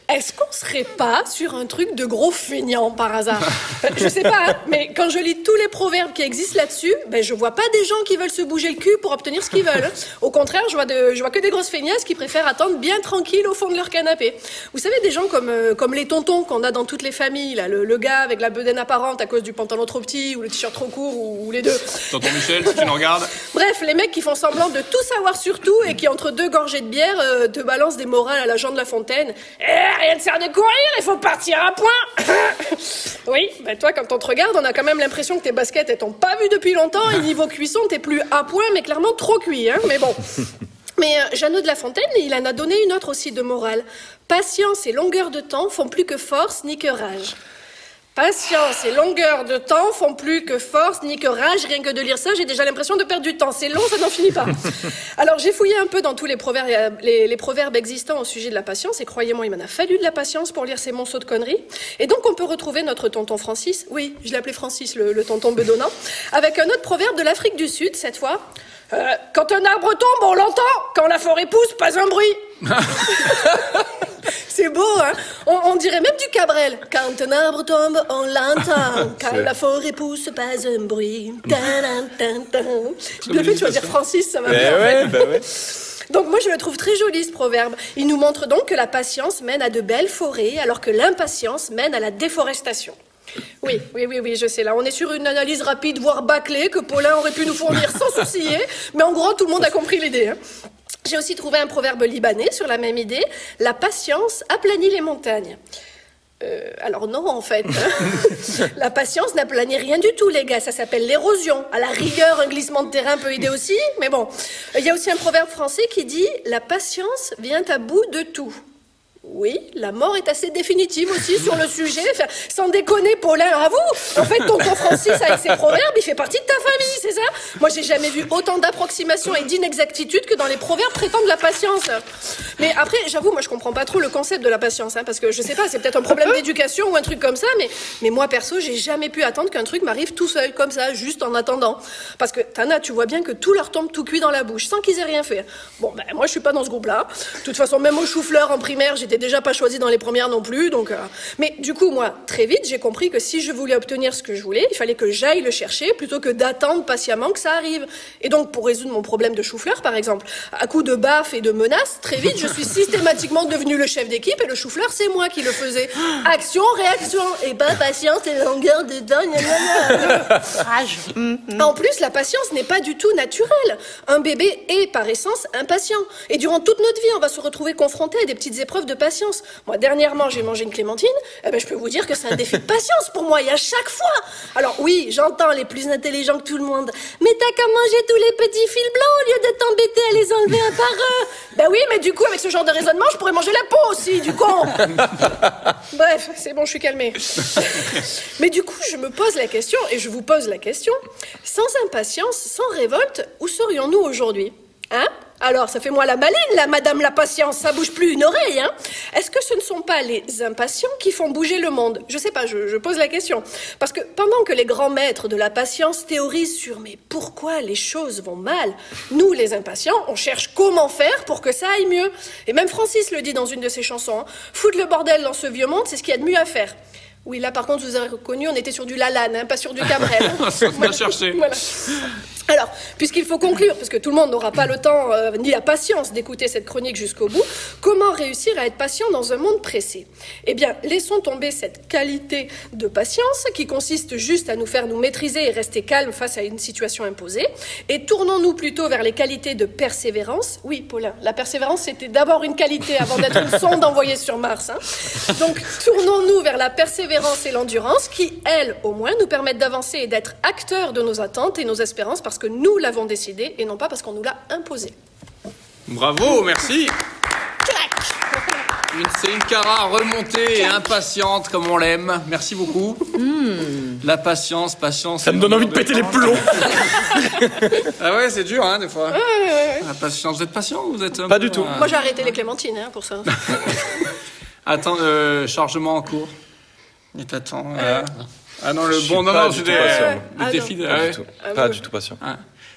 S2: est-ce qu'on serait pas sur un truc de gros feignant par hasard Enfin, Je sais pas, hein, mais quand je lis tous les proverbes qui existent là-dessus, ben je vois pas des gens qui veulent se bouger le cul pour obtenir ce qu'ils veulent. hein. Au contraire, je vois, de- je vois que des grosses feignasses qui préfèrent attendre bien tranquille au fond de leur canapé. Vous savez, des gens comme, euh, comme les tontons qu'on a dans toutes les familles, là, le, le gars avec la bedaine apparente à cause du pantalon trop petit ou le t-shirt trop court ou- ou les deux.
S5: Tonton Michel, si tu nous regardes.
S2: Bref, les mecs qui font semblant de tout savoir sur tout et qui, entre deux gorgées de bière, euh, te balancent des morales à la Jean de la Fontaine. Eh, rien ne sert de courir, il faut partir à point Oui, bah toi, quand on te regarde, on a quand même l'impression que tes baskets, elles t'ont pas vu depuis longtemps et niveau cuisson, t'es plus à point, mais clairement trop cuit, hein, mais bon... Mais euh, Jeannot de la Fontaine, il en a donné une autre aussi de morale. Patience et longueur de temps font plus que force ni que rage. Patience et longueur de temps font plus que force ni que rage. Rien que de lire ça, j'ai déjà l'impression de perdre du temps. C'est long, ça n'en finit pas. Alors j'ai fouillé un peu dans tous les proverbes, les, les proverbes existants au sujet de la patience, et croyez-moi, il m'en a fallu de la patience pour lire ces monceaux de conneries. Et donc on peut retrouver notre tonton Francis, oui, je l'appelais Francis, le, le tonton bedonnant, avec un autre proverbe de l'Afrique du Sud, cette fois. Euh, quand un arbre tombe, on l'entend. Quand la forêt pousse, pas un bruit. C'est beau, hein on, on dirait même du Cabrel. Quand un arbre tombe, on l'entend. Quand la forêt pousse, pas un bruit. Tan, tan, tan. Je me fais, tu vas dire Francis, ça va
S1: Eh
S2: bien.
S1: ouais, bah ouais.
S2: Donc moi, je le trouve très joli, ce proverbe. Il nous montre donc que la patience mène à de belles forêts, alors que l'impatience mène à la déforestation. Oui, oui, oui, oui, je sais, là, on est sur une analyse rapide, voire bâclée, que Paulin aurait pu nous fournir sans sourciller, mais en gros, tout le monde a compris l'idée. hein. J'ai aussi trouvé un proverbe libanais sur la même idée, la patience aplanit les montagnes. Euh, alors non, en fait. la patience n'aplanit rien du tout, les gars. Ça s'appelle l'érosion. À la rigueur, un glissement de terrain peut aider aussi, mais bon. Il y a aussi un proverbe français qui dit « La patience vient à bout de tout ». Oui, la mort est assez définitive aussi sur le sujet. Enfin, sans déconner, Paulin, à vous. En fait, tonton Francis, avec ses proverbes, il fait partie de ta famille, c'est ça Moi, j'ai jamais vu autant d'approximations et d'inexactitudes que dans les proverbes traitant de la patience. Mais après, j'avoue, moi, je comprends pas trop le concept de la patience, hein, parce que je sais pas, c'est peut-être un problème d'éducation ou un truc comme ça, mais, mais moi, perso, j'ai jamais pu attendre qu'un truc m'arrive tout seul, comme ça, juste en attendant. Parce que, Tana, tu vois bien que tout leur tombe tout cuit dans la bouche, sans qu'ils aient rien fait. Bon, ben, moi, je suis pas dans ce groupe-là. De toute façon, même au chou-fleur en primaire, j'étais déjà pas choisie dans les premières non plus, donc. euh, Mais du coup, moi, très vite, j'ai compris que si je voulais obtenir ce que je voulais, il fallait que j'aille le chercher plutôt que d'attendre patiemment que ça arrive. Et donc, pour résoudre mon problème de chou-fleur, par exemple, à coup de baffes et de menaces, très vite, je suis systématiquement devenue le chef d'équipe et le chou-fleur, c'est moi qui le faisais. Action, réaction, et pas patience et longueur de dingue.
S6: Rage.
S2: En plus, la patience n'est pas du tout naturelle. Un bébé est, par essence, impatient. Et durant toute notre vie, on va se retrouver confronté à des petites épreuves de patience patience. Moi, dernièrement, j'ai mangé une clémentine. Eh ben, je peux vous dire que c'est un défi de patience pour moi, et à chaque fois. Alors oui, j'entends les plus intelligents que tout le monde. Mais t'as qu'à manger tous les petits fils blancs au lieu de t'embêter à les enlever un par un. Ben oui, mais du coup, avec ce genre de raisonnement, je pourrais manger la peau aussi, du con. Bref, c'est bon, je suis calmée. Mais du coup, je me pose la question, et je vous pose la question, sans impatience, sans révolte, où serions-nous aujourd'hui Hein Alors, ça fait moi la maline, là, madame la patience, ça bouge plus une oreille, hein Est-ce que ce ne sont pas les impatients qui font bouger le monde Je sais pas, je, je pose la question. Parce que pendant que les grands maîtres de la patience théorisent sur mais pourquoi les choses vont mal, nous, les impatients, on cherche comment faire pour que ça aille mieux. Et même Francis le dit dans une de ses chansons, hein, foutre le bordel dans ce vieux monde, c'est ce qu'il y a de mieux à faire. Oui, là par contre, vous avez reconnu, on était sur du Lalanne, hein, pas sur du Cabrel. hein.
S5: Ça, bien cherché.
S2: Voilà. Alors, puisqu'il faut conclure, parce que tout le monde n'aura pas le temps euh, ni la patience d'écouter cette chronique jusqu'au bout, comment réussir à être patient dans un monde pressé Eh bien, laissons tomber cette qualité de patience qui consiste juste à nous faire nous maîtriser et rester calme face à une situation imposée, et tournons-nous plutôt vers les qualités de persévérance. Oui, Paulin, la persévérance, c'était d'abord une qualité avant d'être une sonde envoyée sur Mars. hein. Donc, tournons-nous vers la persévérance et l'endurance qui, elles, au moins, nous permettent d'avancer et d'être acteurs de nos attentes et nos espérances parce que nous l'avons décidé et non pas parce qu'on nous l'a imposé.
S5: Bravo, merci. Une- C'est une cara remontée et impatiente comme on l'aime. Merci beaucoup.
S2: Hmm.
S5: La patience, patience.
S1: Ça me donne envie de péter les plombs.
S5: Ah ouais, c'est dur, hein, des fois. La patience. Vous êtes patient ou vous êtes. un
S1: Pas
S5: peu,
S1: du tout.
S5: euh,
S2: Moi, j'ai arrêté les clémentines hein, pour ça.
S5: Attends, euh, chargement en cours. Il t'attend. euh, Ah non,
S1: je
S5: le
S1: suis
S5: bon, non,
S1: pas
S5: non,
S1: du
S5: c'est
S1: tout
S5: des-
S1: patient.
S5: le
S2: Ah
S5: défi
S2: non.
S5: de-
S1: Pas
S5: ah ouais.
S1: du tout.
S2: Ah,
S1: Pas
S2: oui.
S1: du tout patient.
S5: Ah.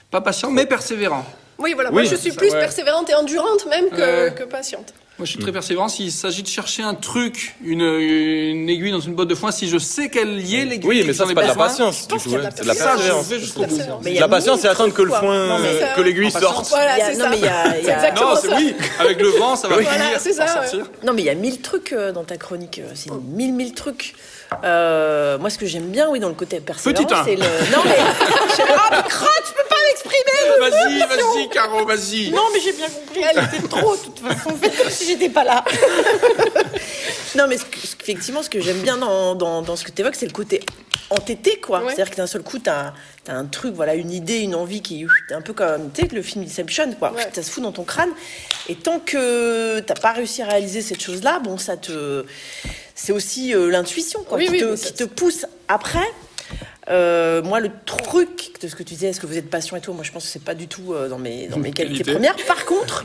S5: Pas patient, mais persévérant.
S2: Oui, voilà,
S1: Oui,
S2: moi je suis
S5: ça,
S2: plus
S5: ouais.
S2: persévérante et endurante même que,
S5: Ouais.
S2: que patiente.
S5: Moi, je suis
S1: Hmm.
S5: très persévérant. S'il s'agit de chercher un truc, une, une aiguille dans une botte de foin, si je sais qu'elle y est, l'aiguille,
S1: Oui,
S5: et
S1: mais
S5: que
S1: ça,
S5: j'en ai
S1: c'est pas de la
S5: besoin,
S1: patience, du
S2: pense
S1: coup.
S2: qu'il y a
S1: ouais.
S2: de la
S1: C'est de la
S5: Ça, je
S6: hein.
S1: persévérance.
S5: vais jusqu'au bout.
S2: Persévérance.
S6: Mais il y a
S1: La patience, c'est attendre que le
S6: quoi.
S1: foin,
S2: Non, mais
S1: euh,
S2: ça,
S1: que
S2: ouais.
S1: l'aiguille
S5: En patience.
S1: sorte.
S6: Il
S2: Voilà,
S6: y a-
S2: c'est
S6: non,
S2: ça.
S6: mais il y a- il y a-
S2: Exactement.
S5: Non, c'est
S2: ça.
S5: oui. Avec le vent, ça va
S2: Voilà,
S5: finir
S2: c'est
S5: par
S2: ça,
S5: sortir.
S6: Non, mais il y a mille trucs euh, dans ta chronique. euh, C'est mille, mille trucs. Euh, moi, ce que j'aime bien, oui, dans le côté persévérance,
S5: Petit un.
S6: c'est le. Non, mais. Ah, mais crotte, je peux pas m'exprimer.
S5: Vas-y, vas-y, Caro, vas-y.
S6: Euh, Non, mais j'ai bien compris. Elle était trop, de toute façon. Faites comme si j'étais pas là. non, mais ce que- ce que- effectivement, ce que j'aime bien dans, dans, dans ce que tu évoques, c'est le côté entêté, quoi.
S2: Ouais.
S6: C'est-à-dire que d'un seul coup, t'as as un truc, voilà, une idée, une envie qui. ouf, t'es un peu comme, tu sais, le film Inception, quoi.
S2: Ouais.
S6: Ça se fout dans ton crâne. Et tant que t'as pas réussi à réaliser cette chose-là, bon, ça te. C'est aussi euh, l'intuition, quoi,
S2: Oui,
S6: qui,
S2: oui,
S6: te,
S2: mais
S6: qui
S2: ça-
S6: te pousse après. Euh, moi, le truc de ce que tu disais, est-ce que vous êtes patient et tout, moi je pense que c'est pas du tout euh, dans mes, dans mes qualités
S5: Qualité.
S6: premières. Par contre,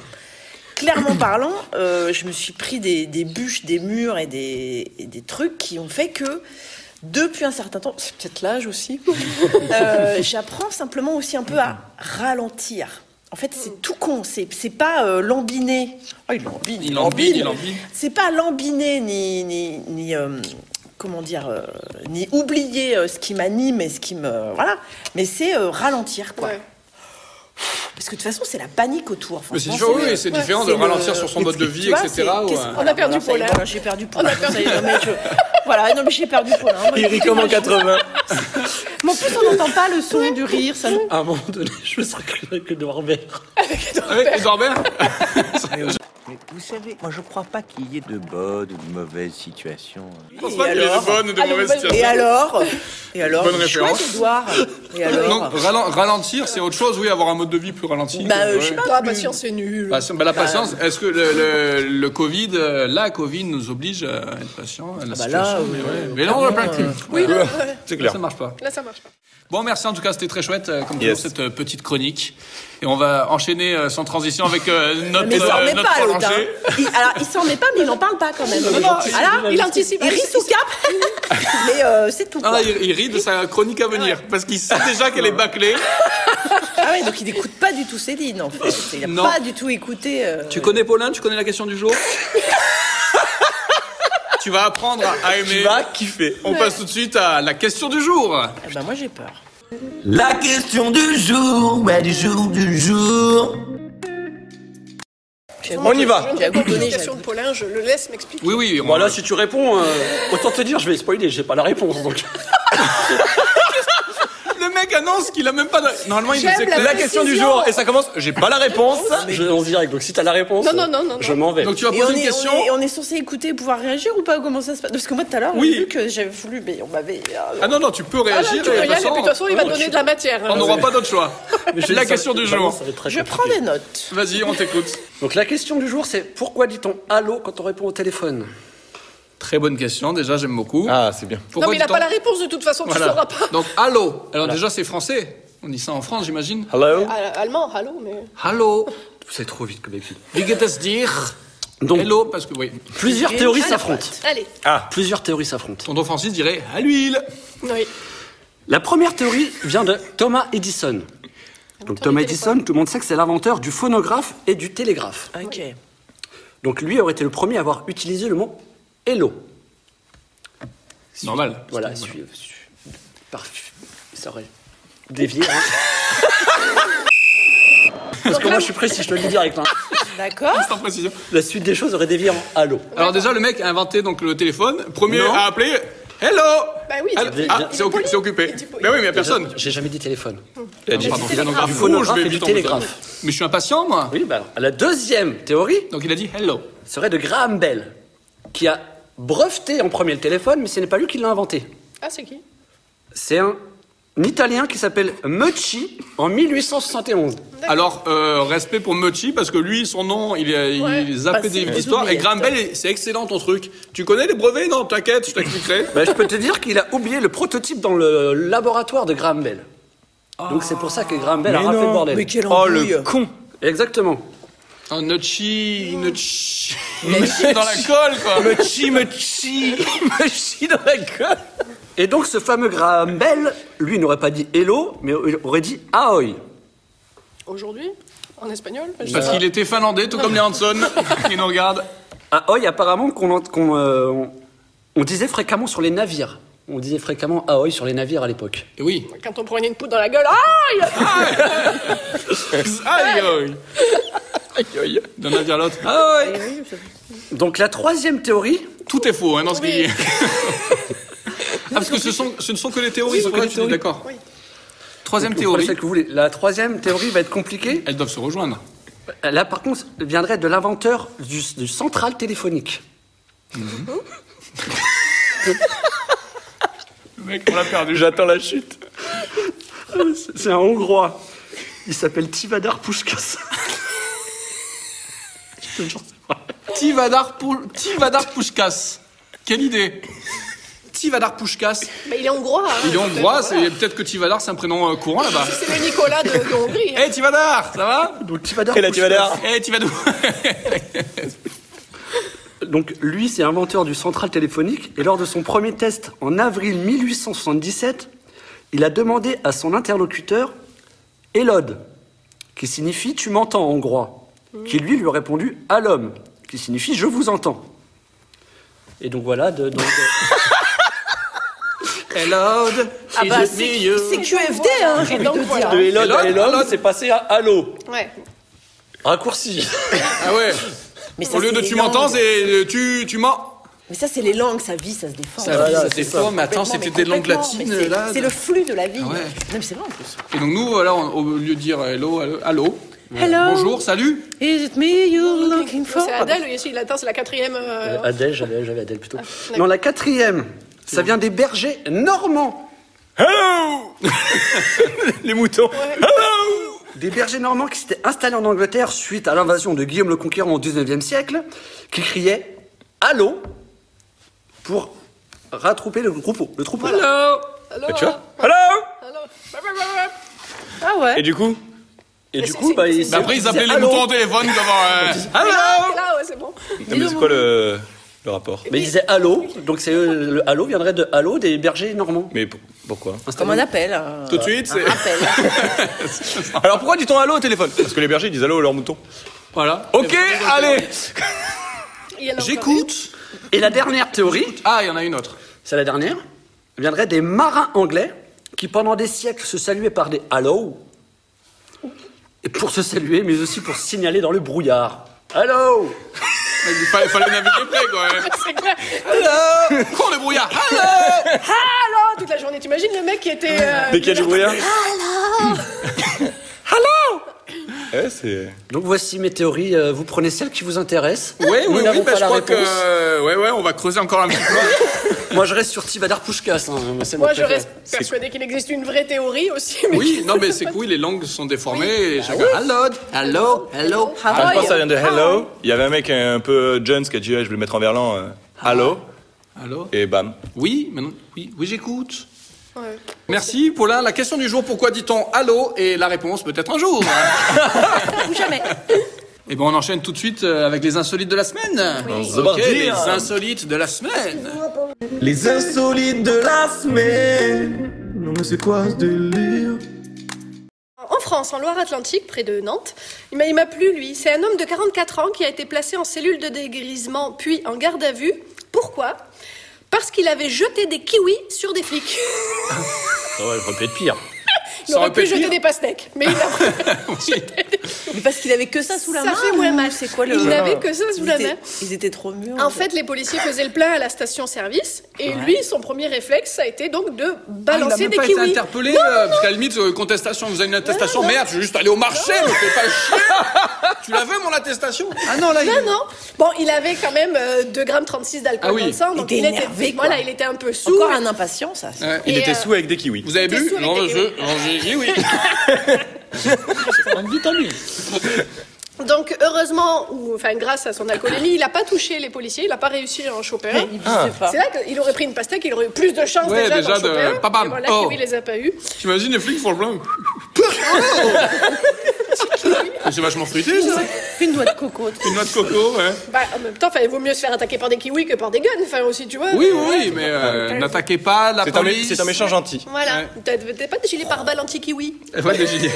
S6: clairement parlant, euh, je me suis pris des, des bûches, des murs et des, et des trucs qui ont fait que depuis un certain temps, c'est peut-être l'âge aussi, euh, j'apprends simplement aussi un peu à ralentir. En fait, c'est tout con, c'est c'est pas euh, lambiner. Ah, il lambine,
S5: Il embide, il embide.
S6: c'est pas lambiner ni ni, ni, euh, comment dire euh, ni oublier euh, ce qui m'anime et ce qui me voilà, mais c'est euh, ralentir quoi.
S2: Ouais.
S6: Parce que de toute façon c'est la panique autour. Enfin,
S5: Mais c'est
S6: je pense
S5: différent,
S6: que-
S5: oui, c'est
S6: ouais,
S5: différent de
S6: c'est le-
S5: ralentir sur son
S6: Et
S5: mode de
S6: tu
S5: vie,
S6: vois, c'est-
S5: etc. ou,
S6: qu'est-ce-
S5: euh,
S2: On a perdu
S6: voilà, ça y est,
S2: Paulin.
S6: voilà, J'ai perdu Paulin.
S2: a perdu
S6: Ça y est, non, mais je- Voilà, non mais j'ai perdu Paulin. Moi,
S1: Il rit
S6: je-
S1: comme en 80.
S6: Mais en plus on n'entend pas le son du rire. Ça...
S3: À un moment donné, je me serais cru avec le Norbert.
S5: Avec Edouard Baird
S9: Mais vous savez, moi je crois pas qu'il y ait de bonnes ou de mauvaises situations.
S5: Je pense
S6: Et
S5: pas qu'il y ait
S6: alors
S5: de bonnes ou de
S2: Allez,
S5: mauvaises
S2: bonne-
S6: Et
S5: situations.
S6: alors Et alors
S5: Bonne référence.
S6: Chouette, Edouard. Et alors
S5: Non, ralen- ralentir, c'est autre chose, oui, avoir un mode de vie plus ralenti.
S6: Bah, euh, je sais
S5: Ouais.
S6: pas.
S2: Ah, patience, c'est nul.
S5: Patience- bah, la patience, est-ce que le, le- le Covid, euh, la Covid nous oblige à être patient à la
S6: bah là,
S5: situation,
S6: euh,
S5: mais, ouais. mais là, on a plein de trucs.
S2: Oui, là, ouais.
S5: c'est
S1: clair.
S5: Ça marche pas.
S2: Là, ça marche pas.
S5: Bon, merci en tout cas, c'était très chouette, euh, comme
S1: Yes.
S5: toujours, cette euh, petite chronique. Et on va enchaîner euh, sans transition avec euh, notre,
S6: Mais il s'en
S5: euh,
S6: remet
S5: notre
S6: pas, l'autre.
S5: prolongé.
S6: hein. Il- Alors, il s'en remet pas, mais il en parle pas quand même.
S5: non, non, il-
S6: Ah là,
S2: il anticipe.
S6: Il rit sous cap. mais euh, c'est tout.
S5: Ah,
S6: quoi.
S5: là, il, il rit de sa chronique à venir, parce qu'il sait déjà qu'elle est bâclée.
S6: Ah ouais, donc il n'écoute pas du tout Céline, en fait. Il a
S5: Non.
S6: pas du tout écouté. euh,
S5: Tu connais Paulin, tu connais la question du jour Tu vas apprendre à- à aimer.
S1: Tu vas kiffer.
S5: On passe tout de suite à la question du jour.
S6: eh ben, moi, j'ai peur.
S9: La question du jour, ouais, du jour, du jour.
S1: On y va.
S2: Je ne
S6: J'ai
S2: réponds pas aux
S6: abandonné,
S2: questions
S6: j'ai-
S2: de Paulin, je le laisse m'expliquer.
S5: Oui, oui. on-
S3: Bon, là, si tu réponds, euh, autant te dire, je vais spoiler, j'ai pas la réponse. Donc,
S5: Le mec mec annonce qu'il a même pas. de- Normalement, il
S2: J'aime
S5: disait
S2: la
S5: que
S1: La question du jour, et ça commence, j'ai pas la réponse.
S3: Je lance direct. Donc si t'as la réponse,
S2: Non, non, non, non,
S3: je
S2: non.
S3: m'en vais.
S5: Donc tu vas
S6: Et on
S5: poser une
S6: est,
S5: question.
S6: on, est, on est censé écouter et pouvoir réagir ou pas Comment ça se passe Parce que moi tout à l'heure,
S5: Oui.
S6: j'ai vu que j'avais voulu, mais on m'avait. euh,
S5: Ah non, non, tu peux
S2: Ah, là, tu
S5: réagir.
S2: peux
S5: et
S2: y aller, puis de toute façon, il va donner de la matière.
S5: On n'aura pas d'autre choix. la question du jour.
S6: je prends des notes.
S5: Vas-y, on t'écoute.
S3: Donc la question du jour, c'est pourquoi dit-on allô quand on répond au téléphone
S5: Très bonne question, déjà, j'aime beaucoup.
S1: Ah, c'est bien.
S5: Pourquoi
S2: Non, mais il n'a
S5: dit-on-
S2: pas la réponse de toute façon, tu
S5: Voilà.
S2: sauras pas.
S5: Donc, allô. Alors, déjà, c'est français. On dit ça en France, j'imagine.
S1: Hello
S2: Ah, Allemand, allô, mais.
S5: Ah. Allô.
S3: C'est trop vite comme d'habitude.
S5: Wie geht es dir?
S3: Donc
S5: Hello, parce que, oui.
S3: plusieurs
S6: Et
S3: théories
S6: à la
S3: s'affrontent.
S2: Allez,
S3: Plusieurs théories s'affrontent.
S5: Tonton Francis dirait à l'huile.
S2: oui.
S3: La première théorie vient de Thomas Edison. Donc Thomas
S2: du téléphone.
S3: Edison, tout le monde sait que c'est l'inventeur du phonographe et du télégraphe.
S6: Ok.
S3: Donc lui aurait été le premier à avoir utilisé le mot hello.
S5: Normal.
S3: Voilà, su- su- par- ça aurait dévié. hein. Parce que moi je suis précis, je te le dis direct. hein.
S6: D'accord.
S5: Sans précision.
S3: La suite des choses aurait dévié en allô.
S5: Alors, déjà, le mec a inventé donc le téléphone. Premier à appeler. Hello.
S2: Bah oui,
S5: Allô.
S3: il- il-
S5: Ah,
S3: il
S5: c'est
S2: est
S5: occu-
S2: poli.
S5: c'est occupé.
S2: Il dit-
S5: Mais oui, mais il y a personne.
S3: J'ai jamais dit téléphone.
S1: Il a dit-
S5: Pardon,
S3: Du
S5: phonographe.
S3: phonographe
S5: je
S3: et
S5: vais
S3: du
S5: vite en
S3: télégraphe.
S5: retard. Mais je suis impatient, moi.
S3: Oui, bah alors, la deuxième théorie
S5: Donc, il a dit hello.
S3: serait de Graham Bell, qui a breveté en premier le téléphone, mais ce n'est pas lui qui l'a inventé.
S2: Ah, c'est qui
S3: C'est un, un Italien qui s'appelle Mucci en 1871.
S5: Alors, euh, respect pour Mochi, parce que lui, son nom, il, est- il
S2: Ouais.
S5: zappait
S6: Bah,
S5: des
S6: c'est
S5: des histoires. Et
S6: oublié,
S5: Graham Bell, c'est excellent ton truc. Tu connais les brevets Non, t'inquiète, je t'expliquerai.
S3: Bah, je peux te dire qu'il a oublié le prototype dans le laboratoire de Graham Bell. Donc c'est pour ça que Graham Bell a raflé le bordel.
S6: Mais quelle
S1: Oh
S6: embrouille.
S1: le con
S3: Exactement.
S5: Un Nochi, Nochi. Nochi dans la colle, quoi.
S1: Mochi, mochi Mochi dans la gueule
S3: Et donc ce fameux Graham Bell, lui n'aurait pas dit hello, mais il aurait dit ahoy.
S2: Aujourd'hui En espagnol Je sais
S5: Parce
S2: pas.
S5: qu'il était finlandais, tout comme les Hanson, qui nous regardent.
S3: Ahoy apparemment qu'on ent- qu'on, euh, on- on disait fréquemment sur les navires. On disait fréquemment ahoy sur les navires à l'époque.
S5: Et oui.
S2: Quand on prenait une poudre dans la gueule, aïe
S5: Aïe, aïe. Aïe, aïe. D'un navire à l'autre. Aïe.
S3: Donc la troisième théorie,
S5: Tout est faux, hein, dans ce
S2: Oui.
S5: qu'il dit. Ah, parce que ce, sont, ce ne sont que les théories,
S3: Oui,
S5: sur
S3: que les
S5: lesquelles tu es
S3: théories.
S5: d'accord.
S2: Oui.
S5: Troisième
S3: vous prenez
S5: théorie.
S3: celle que vous voulez. La troisième théorie va être compliquée.
S5: Elles doivent se rejoindre.
S3: Là par contre viendrait de l'inventeur du, du central téléphonique.
S5: Le mec, on l'a perdu.
S1: J'attends la chute.
S3: C'est un Hongrois. Il s'appelle Tivadar Pushkas.
S5: Tivadar, Pou- Tivadar Pushkas. Quelle idée Tivadar Pushkas.
S2: Mais il est hongrois, hein
S5: Il est hongrois,
S2: Peut-être,
S5: c'est peut-être que Tivadar, c'est un prénom euh, courant là-bas.
S2: voilà. C'est le Nicolas de, de Hongrie.
S5: Hé
S2: hein.
S5: Tivadar, ça va
S3: Donc Tivadar
S1: Et là, tu vas
S3: Puskás.
S1: l'air.
S5: Hé Tivadou
S3: Donc lui, c'est inventeur du central téléphonique et lors de son premier test en avril 1877, il a demandé à son interlocuteur Elod, qui signifie tu m'entends en hongrois, qui lui lui a répondu à l'homme, qui signifie je vous entends. Et donc voilà, de, donc, euh,
S5: Hello
S6: Ah bah, c'est c'est QFD, hein, j'ai envie
S2: donc
S6: de
S2: voilà.
S6: dire.
S3: Elod à
S5: Elod,
S3: Elod, c'est passé à allô,
S2: Ouais.
S3: raccourci.
S5: Ah ouais
S6: Mais ça,
S5: Au lieu
S6: c'est
S5: de
S6: les
S5: tu m'entends,
S6: langues.
S5: c'est euh, tu, tu mens
S6: Mais ça, c'est les langues, sa vie, ça se défend.
S5: Ça,
S3: Ah, Voilà,
S5: c'est
S3: c'est
S5: faux,
S3: ça.
S5: mais attends, c'était des langues latines là. Ah
S6: C'est le flux de la vie.
S5: ouais.
S6: Non, mais c'est vrai en plus.
S5: Et donc nous, voilà, on- au lieu de dire hello, allô, allô,
S6: Hello.
S5: bonjour, salut,
S6: Is it me you're looking for
S2: C'est Adèle, oui, si, il atteint, c'est la quatrième. euh, Ah,
S3: Adèle, j'avais j'avais Adèle plutôt. Dans la quatrième, ça vient des bergers normands.
S1: Les moutons
S3: Des bergers normands qui s'étaient installés en Angleterre suite à l'invasion de Guillaume le Conquérant au 19e siècle, qui criaient Allô pour rattrouper le troupeau. Le troupeau.
S2: Allô,
S1: Tu vois
S2: allô,
S1: Hello
S2: allô. Bah, bah, bah, bah.
S6: Ah ouais.
S1: Et du coup
S3: Et
S2: Mais
S3: du
S2: c'est-
S3: coup,
S2: c'est-
S3: bah, ils
S2: c'est-
S5: Bah, après, ils appelaient les
S3: Allô
S5: moutons au téléphone comme. euh,
S2: Là, bah. là, ouais, c'est bon.
S1: Non mais c'est quoi le, le rapport
S3: Mais ils disaient Allô, donc c'est euh, le Allô viendrait de Allô des bergers normands.
S1: Mais pour- pourquoi
S6: Comme un appel. hein. un-
S5: Tout de suite,
S6: un
S5: c'est-
S6: rappel.
S1: Alors pourquoi dit-on allô au téléphone Parce que les bergers ils disent allô à leurs moutons.
S5: Voilà.
S1: Ok, allez
S2: Il y en a encore
S5: J'écoute.
S3: Et la dernière théorie,
S5: Ah, il y en a une autre.
S3: c'est la dernière, viendrait des marins anglais qui pendant des siècles se saluaient par des Allô. Et pour se saluer, mais aussi pour signaler dans le brouillard. Allô
S5: Il fallait, fallait naviguer près, quoi. ouais.
S2: C'est clair.
S5: Cours le brouillard Allô
S2: Alors, toute la journée, t'imagines le mec qui était. euh,
S1: Dès qu'il y a du brouillard. Allô Eh Ouais, c'est.
S3: Donc voici mes théories. euh, Vous prenez celle qui vous intéresse.
S5: Oui,
S3: Nous
S5: oui, oui,
S3: n'avons
S5: bah,
S3: pas
S5: je
S3: la
S5: crois
S3: réponse.
S5: que. euh, Ouais, ouais, on va creuser encore un petit peu.
S3: Moi, je reste sur Tivadar Pushkas. hein, c'est mon
S2: Moi, je
S3: préféré.
S2: reste persuadée qu'il existe une vraie théorie aussi. mais-
S5: Oui, non, mais c'est cool, les langues sont déformées. et chacun- Allô Allô Allô
S1: Ah, je pense que ça vient de Hello. Il y avait un mec un peu Jones qui a dit ouais, Je vais le mettre en verlan. euh, Allô
S5: Allô
S1: Et bam.
S5: Oui, maintenant, oui, oui, j'écoute.
S2: Ouais.
S5: Merci, Paulin. La question du jour, pourquoi dit-on allô Et la réponse, peut-être un jour. hein.
S6: Ou jamais.
S5: Eh ben, on enchaîne tout de suite euh, avec les insolites de la semaine.
S1: se
S5: Ok,
S1: barre
S5: les
S1: dire.
S5: insolites de la semaine.
S9: Les insolites de la semaine. Non, mais c'est quoi ce délire?
S2: En France, en Loire-Atlantique, près de Nantes, il m'a- il m'a plu, lui. C'est un homme de 44 ans qui a été placé en cellule de dégrisement, puis en garde à vue. Pourquoi Parce qu'il avait jeté des kiwis sur des flics.
S5: Ça aurait pu être pire.
S2: Il aurait pu jeter des pastèques, mais il a-
S6: Mais parce qu'il avait que ça sous la
S2: Ça
S6: main.
S2: fait moins
S6: ou
S2: mal.
S6: C'est quoi le.
S2: il n'avait que ça sous
S6: Ils
S2: la
S6: étaient-
S2: main.
S6: Ils étaient trop mûrs.
S2: En fait, les policiers faisaient le plein à la station-service, et lui, son premier réflexe, ça Ah, a été donc de
S5: il a
S2: balancer
S5: même
S2: des
S5: pas été
S2: kiwis.
S5: interpellé, euh, parce qu'à la limite, euh, contestation, vous avez une attestation, merde, je vais juste aller au marché, mais fais pas chier Tu l'avais, mon attestation Ah non, là, il...
S2: Non, non. Bon, il avait quand même euh, 2,36 grammes d'alcool
S5: Ah oui.
S2: dans le sang, donc
S6: Il
S2: il,
S6: était
S2: était,
S6: énervé, quoi.
S2: voilà, il était un peu sourd.
S6: Encore un impatient, ça.
S5: Ouais.
S1: Il
S2: Et,
S1: était
S2: euh,
S1: sous avec des kiwis.
S5: Vous avez
S2: T'es
S5: bu
S2: sous avec
S5: Non,
S2: des
S5: je...
S2: kiwis.
S5: non, j'ai dit oui.
S2: Donc heureusement, ou enfin grâce à son alcoolémie, il n'a pas touché les policiers, il n'a pas réussi à en choper un.
S6: Ils
S1: Ah.
S6: ne pas.
S2: C'est là qu'il aurait pris une pastèque, il aurait eu plus de chance
S5: Ouais,
S2: déjà,
S5: déjà
S2: d'en
S5: de-
S2: choper un.
S5: pas bam.
S2: Et voilà,
S5: Oh.
S2: Kiwi les a pas eu.
S5: T'imagines, les flics font le blanc. C'est vachement fruité, ça.
S6: Une noix de coco.
S5: Une noix de coco, ouais.
S2: Bah, en même temps, enfin, il vaut mieux se faire attaquer par des kiwis que par des guns, enfin aussi, tu vois.
S5: Oui, oui, oui, mais euh, n'attaquez pas la
S1: C'est un, mé-
S5: police.
S1: c'est un méchant gentil.
S2: Voilà,
S5: Ouais.
S2: T'as- t'as pas de gilet pare-balles anti-kiwi.
S5: Ouais, des gilets.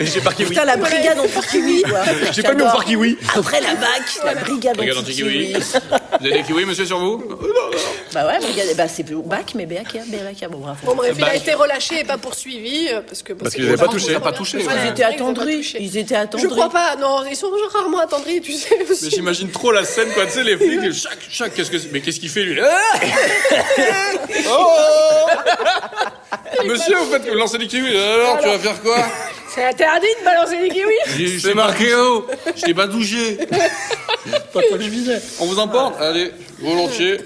S1: J'ai par kiwi.
S6: Putain, la brigade anti-kiwi, quoi.
S1: J'ai pas mis au
S6: J'adore.
S1: par kiwi.
S6: Après la bac, la brigade
S5: Brigade
S6: anti-kiwi.
S5: Vous avez des kiwis, monsieur, sur vous
S6: Bah ouais, brigade, bah c'est bac, mais BAK, BAK, bon bref.
S2: Bon bref, il
S5: Bah,
S2: a été relâché et pas poursuivi euh, parce que.
S1: Parce
S2: c'est
S1: qu'ils avaient
S2: cool.
S1: pas touché.
S2: Ils ont
S5: Pas touché,
S2: Voilà.
S5: ouais.
S6: Ils étaient
S2: Ils ont pas
S6: attendris.
S2: touché.
S6: Ils étaient attendris.
S2: Je crois pas, non, ils sont rarement attendris, tu sais. aussi.
S5: Mais j'imagine trop la scène, quoi. Tu sais, les flics, chaque, chaque, qu'est-ce que c'est Mais qu'est-ce qu'il fait, lui Ah Oh Monsieur, vous faites lancer des kiwis. Alors, tu vas faire quoi
S2: C'est interdit de balancer des kiwis.
S5: C'est marqué haut. Je t'ai pas touché. pas quoi Ah. je visais. On vous emporte Allez, volontiers.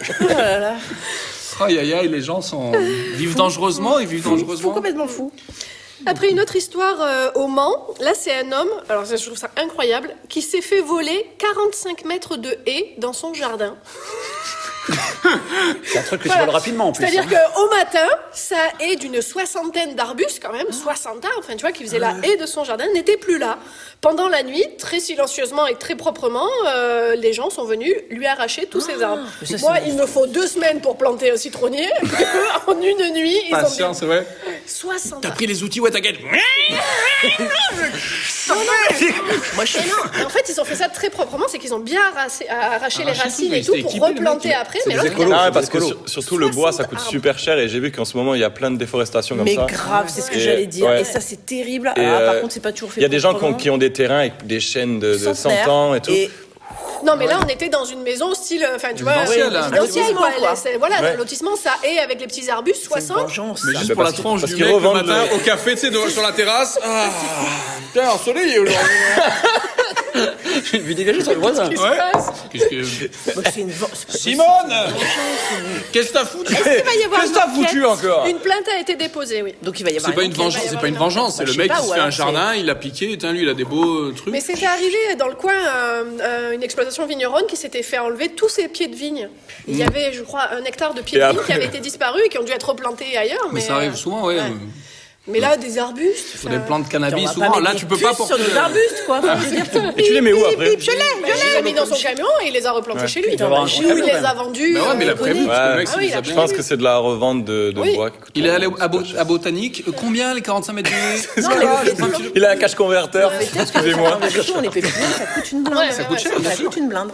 S5: Aïe, aïe, aïe, les gens sont... vivent dangereusement, ils vivent
S6: Fou,
S5: dangereusement.
S6: complètement fou.
S2: Après une autre histoire euh, au Mans, là c'est un homme, alors ça, je trouve ça incroyable, qui s'est fait voler 45 mètres de haies dans son jardin.
S3: C'est un truc que tu
S2: Voilà.
S3: voles rapidement en plus.
S2: C'est-à-dire
S3: hein.
S2: qu'au matin, sa haie d'une soixantaine d'arbustes, quand même, 60 arbres, enfin tu vois, qui faisait la haie de son jardin, n'était plus là. Pendant la nuit, très silencieusement et très proprement, euh, les gens sont venus lui arracher tous ses arbres.
S6: ça, c'est
S2: Moi, il me faut deux semaines pour planter un citronnier. en une nuit, ils ont
S5: Patience,
S2: mis
S5: c'est vrai.
S2: 60
S5: T'as pris les outils, ouais, t'inquiète.
S2: Mais non, en fait, ils ont fait ça très proprement, c'est qu'ils ont bien arraché, arraché les
S5: Arraché tout,
S2: racines
S5: mais
S2: et tout
S5: c'était
S2: pour
S5: équipé, les
S2: replanter
S5: mecs,
S2: après.
S5: c'est
S2: Mais
S5: des
S2: l'autre,
S5: écolos.
S2: il a-
S1: Ah,
S5: c'est
S1: parce que
S5: écolo.
S1: sur- surtout le bois, ça coûte
S2: 60
S1: super cher et j'ai vu qu'en ce moment, il y a plein de déforestations comme
S6: Mais
S1: ça.
S6: grave, c'est ce que
S1: Et-
S6: j'allais dire.
S1: ouais.
S6: Et ça, c'est terrible.
S1: Et,
S6: Ah,
S1: euh,
S6: par contre, c'est pas toujours fait.
S1: Il y a des gens qui ont,
S6: proprement.
S1: qui ont des terrains avec des chaînes de, de 100
S6: Centenaire.
S1: ans et tout.
S2: Non, mais là, on était dans une maison style, enfin, tu vois,
S5: Résidentiel,
S2: euh,
S5: hein.
S2: résidentielle,
S6: Lotissement,
S2: quoi.
S6: quoi.
S2: Elle- c'est- Voilà,
S1: Ouais.
S2: le lotissement, ça et avec les petits arbustes, 60.
S6: vengeance.
S5: Mais
S1: Ah,
S5: juste
S1: bah,
S5: pour la
S1: parce-
S5: tranche
S1: parce
S5: du
S1: qu'ils
S5: mec le
S1: revendent
S5: matin
S1: le-
S5: au café, tu sais, devant- sur la terrasse. Ah, putain, ensoleillé aujourd'hui.
S3: J'ai vu dégager sur le voisin.
S2: Qu'est-ce qui se passe
S5: Qu'est-ce que...
S6: Bah, c'est une ven- c'est pas
S5: Simone Qu'est-ce que t'as foutu
S2: Il va y avoir
S5: Qu'est-ce que t'as
S2: une
S5: foutu
S2: enquête.
S5: encore
S2: Une plainte a été déposée, oui.
S6: Donc il va y avoir.
S5: C'est pas une
S6: enquête.
S5: vengeance,
S2: il va y
S5: c'est
S2: avoir
S5: pas une
S2: une
S5: vengeance, c'est
S6: enquête.
S5: le
S6: Je
S5: mec qui
S6: sais pas,
S5: se
S6: ou
S5: fait un
S6: alors
S5: jardin, il l'a piqué, tiens, lui il a des beaux euh,
S2: Mais
S5: trucs.
S2: c'était arrivé dans le coin euh, euh, une exploitation vigneronne qui s'était fait enlever tous ses pieds de vigne. Il y
S5: Mm.
S2: avait, je crois, un hectare de pieds
S1: Et
S2: de vigne qui
S1: après-
S2: avaient été disparus et qui ont dû être replantés ailleurs. Mais,
S5: Mais ça arrive
S2: euh,
S5: souvent, ouais.
S2: ouais. Mais là, des arbustes.
S5: Sur
S2: enfin,
S5: des plants de
S6: On
S5: cannabis,
S6: va pas
S5: souvent.
S6: mettre
S5: Là,
S6: des
S5: tu peux pas
S6: puces
S5: porter. Ah,
S6: sur des arbustes, quoi. Enfin, je veux dire,
S1: Et tu les mets où après
S2: Bip, je l'ai, je l'ai. Il a mis dans son camion et il les a replantés chez lui.
S3: doit avoir un gros
S2: Ou il
S3: camion,
S2: les
S3: quand même.
S2: a vendus.
S5: Bah ouais, mais
S2: euh,
S5: la prévue, parce que le
S1: Ouais.
S5: mec,
S2: Ah oui,
S5: il les a
S2: la
S5: bien-
S1: Je pense que c'est de la revente de, de
S2: Oui.
S1: bois. qui coûte
S5: Il est allé
S1: vraiment
S5: à, Bo-
S1: super cher.
S5: à Botanique. Euh, Combien les 45 mètres de
S6: Non, mais les pépites,
S1: Il a un cache converteur.
S6: Non,
S1: Excusez-moi.
S6: mais surtout, on les pépites, ça coûte une blinde.
S2: Ouais, Ça ouais, coûte
S5: cher, ouais, bien
S6: Ça
S5: sûr.
S6: coûte une blinde.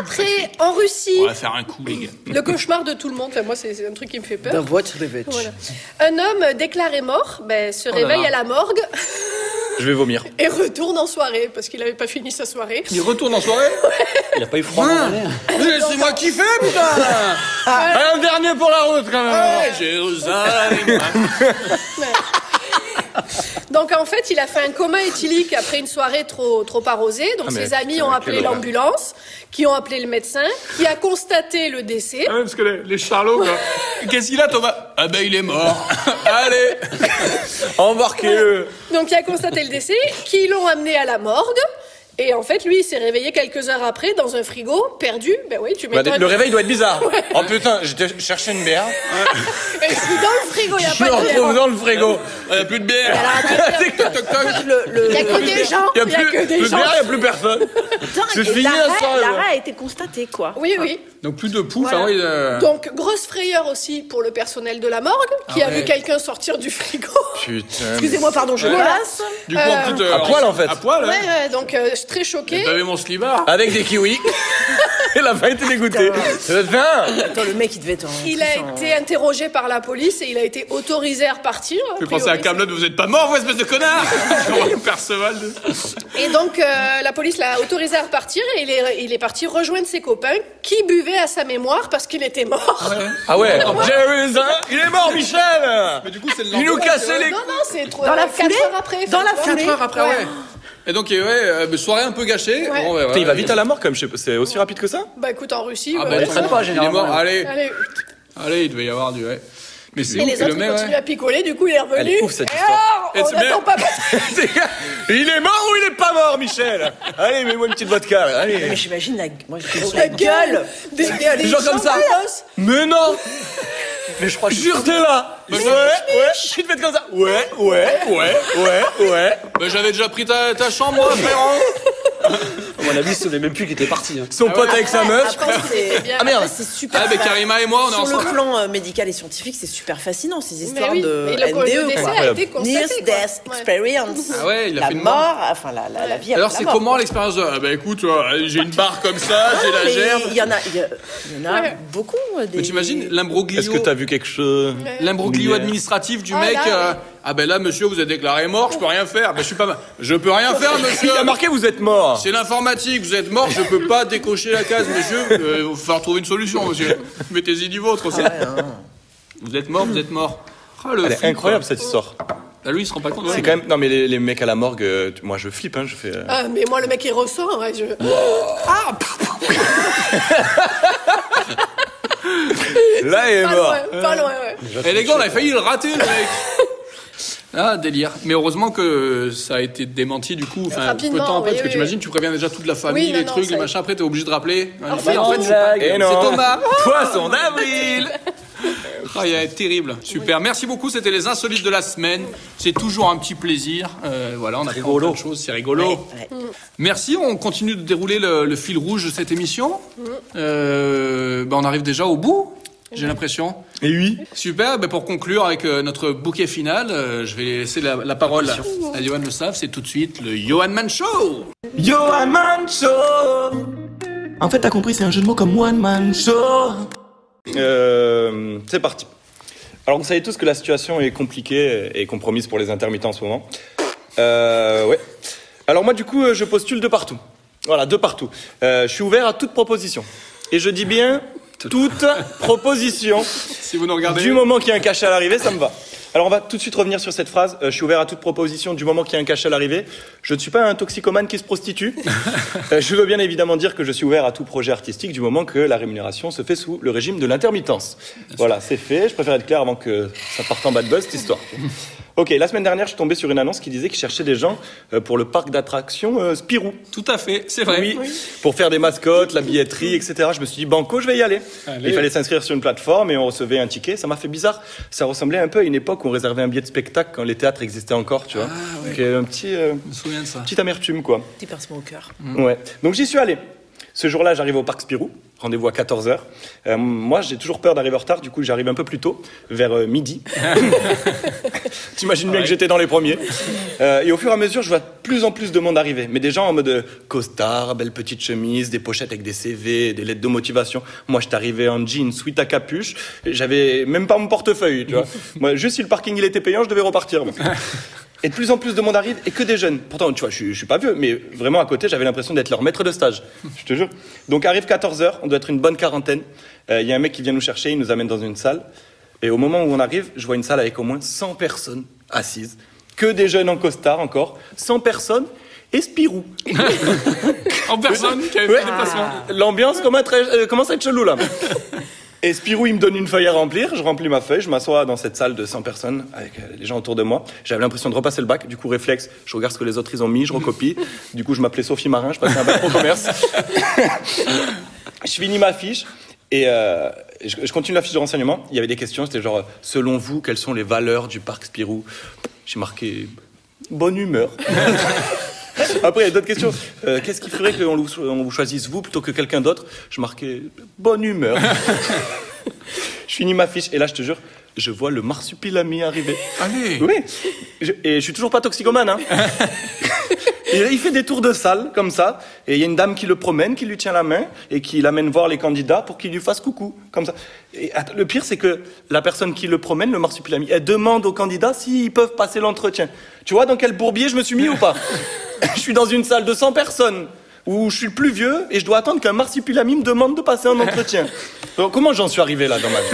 S2: Après, en Russie,
S5: On va faire un coup, les gars.
S2: le cauchemar de tout le monde. Enfin, moi, c'est c'est un truc qui me fait
S3: D'un
S2: peur.
S3: vote de bitch.
S2: Voilà. Un homme déclaré mort ben, se
S5: là
S2: réveille
S5: là.
S2: à la morgue
S1: Je vais vomir.
S2: Et retourne en soirée, parce qu'il n'avait pas fini sa soirée.
S5: Il retourne en soirée
S3: Il a pas eu froid.
S5: Hein Laissez-moi kiffer, putain Un dernier pour la route, quand même Jérusalem
S2: Donc en fait, il a fait un coma éthylique après une soirée trop, trop arrosée. Donc
S1: Ah, mais
S2: ses amis
S1: putain,
S2: ont
S1: quel
S2: appelé
S1: horreur.
S2: l'ambulance, qui ont appelé le médecin, qui a constaté le décès.
S5: Ah ouais, parce que les, les charlots, quoi. Qu'est-ce qu'il a, Thomas Ah ben, il est mort. Allez Embarquez-le
S2: Donc il a constaté le décès, qui l'ont amené à la morgue. Et en fait, lui, il s'est réveillé quelques heures après dans un frigo, perdu. Ben oui, tu
S1: Bah,
S2: m'étonnes.
S1: le réveil doit être bizarre. Oh putain, j'étais cherché une bière.
S2: Et je suis dans le frigo, il n'y a
S1: Je
S2: pas
S1: me
S2: de bière.
S1: retrouve dans le frigo.
S5: Il n'y a plus de bière Tic, toc, toc, toc.
S6: Le, le-
S2: Il n'y a que des gens.
S1: Il
S2: Il n'y a, que des
S1: plus de
S2: gens.
S1: bière, il n'y a plus personne. C'est
S6: et
S1: fini,
S6: l'arrêt-
S1: la soirée,
S6: L'arrêt a été constaté, quoi.
S2: Oui, oui.
S5: Donc, plus de pouf,
S2: Voilà.
S5: ah oui, euh,
S2: Donc, grosse frayeur aussi pour le personnel de la morgue, qui
S5: Ah
S2: a
S5: ouais.
S2: vu quelqu'un sortir du frigo.
S1: Putain.
S6: Excusez-moi, pardon, je
S5: Ouais.
S6: golasse.
S5: Du coup, en
S2: Euh,
S5: petite, euh,
S1: à poil, en fait.
S5: À poil,
S2: Ouais,
S5: hein
S2: ouais, donc euh, je suis très choquée.
S5: T'avais mon slibard
S1: Avec des kiwis. Il a pas été dégoûté. Ça doit être bien.
S6: Attends, le mec, il devait être en.
S2: Il a été interrogé par la police et il a été autorisé à repartir. a
S5: Je
S2: priori.
S5: pensais à Camelot, vous êtes pas mort, vous, espèce de connard Genre, Perceval de-
S2: Et donc euh, la police l'a autorisé à repartir et il est, il est parti rejoindre ses copains qui buvaient à sa mémoire parce qu'il était mort.
S1: Ah ouais. Jérusalem. Il est mort, Michel.
S5: Mais du coup, c'est le
S1: Il nous
S5: lendemain,
S1: cassait les. Ah
S2: Non, non, c'est trop.
S6: Dans la
S2: quatre
S6: foulée
S2: heures après.
S6: Dans la
S2: tu vois.
S6: foulée Quatre heures
S5: Après, ouais. Et donc, euh, ouais, euh, soirée un peu gâchée.
S2: Ouais.
S5: ouais,
S1: Putain, il
S5: ouais.
S1: va vite à la mort, comme je sais pas. C'est aussi rapide que ça
S2: Bah écoute, en Russie.
S5: Ah
S2: ouais,
S5: bah,
S2: ouais.
S5: il traîne pas, généralement. Il est mort, allez,
S2: Allez.
S5: allez, il devait y avoir du, ouais. Mais c'est
S2: Et
S5: ouf,
S2: les
S5: et
S2: autres
S5: le
S2: ils
S5: mec,
S2: continuent
S5: ouais.
S2: à picoler, du coup il est
S1: Elle
S2: revenu.
S1: est ouf, cette
S2: Et
S1: histoire.
S2: alors,
S5: Et
S2: on
S5: ce mec-
S2: n'attend pas.
S1: C'est- Il est mort ou il est pas mort, Michel Allez, mets-moi une petite vodka, là,
S6: Mais
S1: allez.
S6: j'imagine la, moi, je-
S2: La
S6: la
S2: gueule
S6: gueule
S2: Des, des,
S1: Des gens comme ça.
S2: chandalos.
S1: Mais non Mais je crois que Jure, t'es là Ouais, ouais, tu te fais comme ça Ouais, ouais, ouais, ouais, ouais.
S5: Bah, j'avais déjà pris ta, ta chambre, moi, frérot.
S3: mon avis, ce n'est même plus qu'il était parti. hein.
S1: Son pote avec sa meuf.
S6: Après, c'est-
S2: bien.
S6: après, c'est super.
S5: Ah, mais Karima et moi, on est
S6: Sur
S5: ensemble.
S6: le plan euh, médical et scientifique, c'est super fascinant ces
S2: Mais
S6: histoires
S2: oui,
S6: de
S2: mais le, le
S6: NDE.
S2: décès
S6: quoi.
S2: a été constaté.
S6: Near
S2: quoi.
S6: Death
S2: Ouais.
S6: Experience.
S5: Ah ouais, il a
S6: la
S5: fait une mort.
S6: mort, enfin la, la, la vie. après
S5: Alors,
S6: la
S5: c'est
S6: mort. Ah,
S5: comment l'expérience de. Ah, bah écoute, euh, j'ai une barre comme ça, j'ai la
S6: Mais
S5: gerbe.
S6: Il y en a, il y a- il y en a
S2: Ouais.
S6: beaucoup. euh, Des...
S5: Mais t'imagines l'imbroglio.
S1: Est-ce que t'as vu quelque chose
S5: L'imbroglio
S1: Ouais.
S5: administratif du
S2: Ah,
S5: mec.
S2: là,
S5: euh,
S2: oui.
S5: ah ben là, monsieur, vous êtes déclaré mort, je peux rien faire. Ben, je suis pas mal. Je peux rien faire, monsieur.
S1: Il a marqué, vous êtes mort.
S5: C'est l'informatique, vous êtes mort, je peux pas décocher la case, monsieur. Euh, Il va falloir trouver une solution, monsieur. Mettez-y du vôtre aussi. Vous êtes mort, vous êtes mort. Ah, le
S1: Ah hein. Elle est
S5: flic,
S1: incroyable
S5: quoi.
S1: cette histoire.
S5: Ah, lui, il se rend pas compte.
S1: C'est
S5: ouais.
S1: quand même. Non mais les, les mecs à la morgue, euh, tu- moi je flippe, hein, je fais. euh,
S2: Ah, mais moi, le mec, il ressort. ouais, je-
S1: Là il est
S2: Pas
S1: mort. Euh.
S2: loin, pas loin, ouais.
S5: Eh les gars, on a failli le rater, le mec. Ah, délire. Mais heureusement que ça a été démenti du coup, enfin, peu de
S2: Rapidement,
S5: temps après,
S2: oui,
S5: parce que
S2: oui.
S5: t'imagines, tu préviens déjà toute la famille,
S2: Oui, non,
S5: les
S2: non,
S5: trucs,
S2: ça
S5: les
S2: y est.
S5: machins, après t'es obligé de rappeler.
S2: En
S5: Ouais,
S2: fait,
S5: bah,
S2: on
S5: c'est pas-
S1: Et non.
S5: c'est Thomas. Oh.
S1: Poisson d'avril.
S5: Ah, il y a- terrible. Super. Merci beaucoup. C'était les insolites de la semaine. C'est toujours un petit plaisir. Euh, voilà, on apprend plein de choses. C'est rigolo.
S6: Ouais.
S5: Mm. Merci. On continue de dérouler le, le fil rouge de cette émission. Euh, ben, on arrive déjà au bout. J'ai l'impression.
S1: Et oui.
S5: Super. Ben, pour conclure avec euh, notre bouquet final, euh, je vais laisser la, la parole à Johan Le Savre. C'est tout de suite le Johan Man Show.
S9: Johan Man Show En fait, t'as compris, c'est un jeu de mots comme One Man Show
S1: Euh, c'est parti. Alors vous savez tous que la situation est compliquée et compromise pour les intermittents en ce moment. Euh, ouais. Alors moi du coup euh, je postule de partout. Voilà, de partout. Euh, je suis ouvert à toute proposition. Et je dis bien toute proposition.
S5: Si vous nous regardez.
S1: Du moment qu'il y a un cachet à l'arrivée, ça me va. Alors on va tout de suite revenir sur cette phrase. Euh, je suis ouvert à toute proposition. Du moment qu'il y a un cachet à l'arrivée, je ne suis pas un toxicomane qui se prostitue. Euh, je veux bien évidemment dire que je suis ouvert à tout projet artistique du moment que la rémunération se fait sous le régime de l'intermittence. Voilà, c'est fait. Je préfère être clair avant que ça parte en bad buzz cette histoire. Ok, la semaine dernière, je suis tombé sur une annonce qui disait qu'ils cherchaient des gens euh, pour le parc d'attractions euh, Spirou.
S5: Tout à fait. C'est vrai.
S1: Oui, pour faire des mascottes, la billetterie, etc. Je me suis dit, banco, je vais y aller.
S5: Allez.
S1: Il fallait s'inscrire sur une plateforme et on recevait un ticket. Ça m'a fait bizarre. Ça ressemblait un peu à une époque où on réservait un billet de spectacle quand les théâtres existaient encore, tu vois. Donc, euh, un petit, euh,
S5: Je me souviens de ça.
S1: petite amertume, quoi.
S6: Petit pincement au cœur.
S1: Ouais. Donc j'y suis allé. Ce jour-là, j'arrive au parc Spirou, rendez-vous à 14h. moi, j'ai toujours peur d'arriver en retard, du coup, j'arrive un peu plus tôt, vers euh, midi. T'imagines bien que j'étais dans les premiers. Euh, et au fur et à mesure, je vois de plus en plus de monde arriver, mais des gens en mode euh, costard, belle petite chemise, des pochettes avec des CV, des lettres de motivation. Moi, je t'arrivais en jean, sweat à capuche, j'avais même pas mon portefeuille, tu vois. moi, juste si le parking il était payant, je devais repartir. moi. Et de plus en plus de monde arrive et que des jeunes. Pourtant, tu vois, je, suis- je suis pas vieux, mais vraiment à côté, j'avais l'impression d'être leur maître de stage. Je te jure. Donc arrive 14h, on doit être une bonne quarantaine. Euh, Il y a un mec qui vient nous chercher, il nous amène dans une salle. Et au moment où on arrive, je vois une salle avec au moins 100 personnes assises. Que des jeunes en costard encore. 100 personnes et Spirou.
S5: En personne, qui avait
S1: Ouais.
S5: fait des placements.
S1: Ah. L'ambiance commence à être- euh, commence à être chelou là. Et Spirou, il me donne une feuille à remplir. Je remplis ma feuille, je m'assois dans cette salle de 100 personnes avec euh, les gens autour de moi. J'avais l'impression de repasser le bac. Du coup, réflexe, je regarde ce que les autres ils ont mis, je recopie. Du coup, je m'appelais Sophie Marin, je passais un bac pro commerce. je finis ma fiche et euh, je, je continue la fiche de renseignement. Il y avait des questions, c'était genre, euh, selon vous, quelles sont les valeurs du parc Spirou J'ai marqué bonne humeur. Après, il y a d'autres questions. Euh, Qu'est-ce qui ferait qu'on vous- on vous choisisse vous plutôt que quelqu'un d'autre Je marquais bonne humeur. je finis ma fiche et là, je te jure, je vois le marsupilami arriver.
S5: Allez
S1: Oui. Je- et je suis toujours pas toxicomane. Hein. Et il fait des tours de salle comme ça, et il y a une dame qui le promène, qui lui tient la main et qui l'amène voir les candidats pour qu'il lui fasse coucou, comme ça. Et att- le pire, c'est que la personne qui le promène, le marsupilami, elle demande aux candidats s'ils peuvent passer l'entretien. Tu vois dans quel bourbier je me suis mis ou pas Je suis dans une salle de 100 personnes où je suis le plus vieux et je dois attendre qu'un marsupilami me demande de passer un entretien. Alors, comment j'en suis arrivé là dans ma vie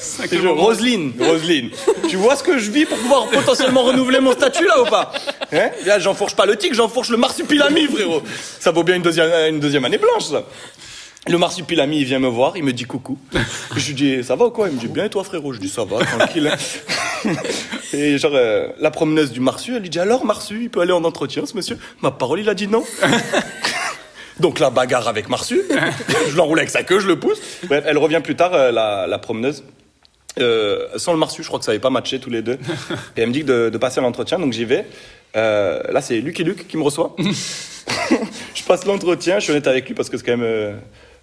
S5: Sacré
S1: c'est genre,
S5: moment.
S1: Roselyne, Roselyne, tu vois ce que je vis pour pouvoir potentiellement renouveler mon statut là ou pas hein Là, j'enfourche pas le tigre, j'enfourche le marsupilami, frérot. Ça vaut bien une deuxième, une deuxième année blanche, ça. Le marsupilami, il vient me voir, il me dit coucou. Je lui dis, ça va ou quoi Il me dit, bien et toi, frérot Je dis, ça va, tranquille. hein. Et genre, euh, la promeneuse du marsu, elle lui dit, alors, marsu, il peut aller en entretien, ce monsieur Ma parole, il a dit non. Donc la bagarre avec Marsu, je l'enroule avec sa queue, je le pousse. Bref, elle revient plus tard, euh, la, la promeneuse. Euh, sans le Marsu, je crois que ça n'avait pas matché tous les deux. Et elle me dit que de, de passer à l'entretien, donc j'y vais. Euh, là, c'est Luc et Luc qui me reçoit. je passe l'entretien, je suis honnête avec lui parce que c'est quand même euh,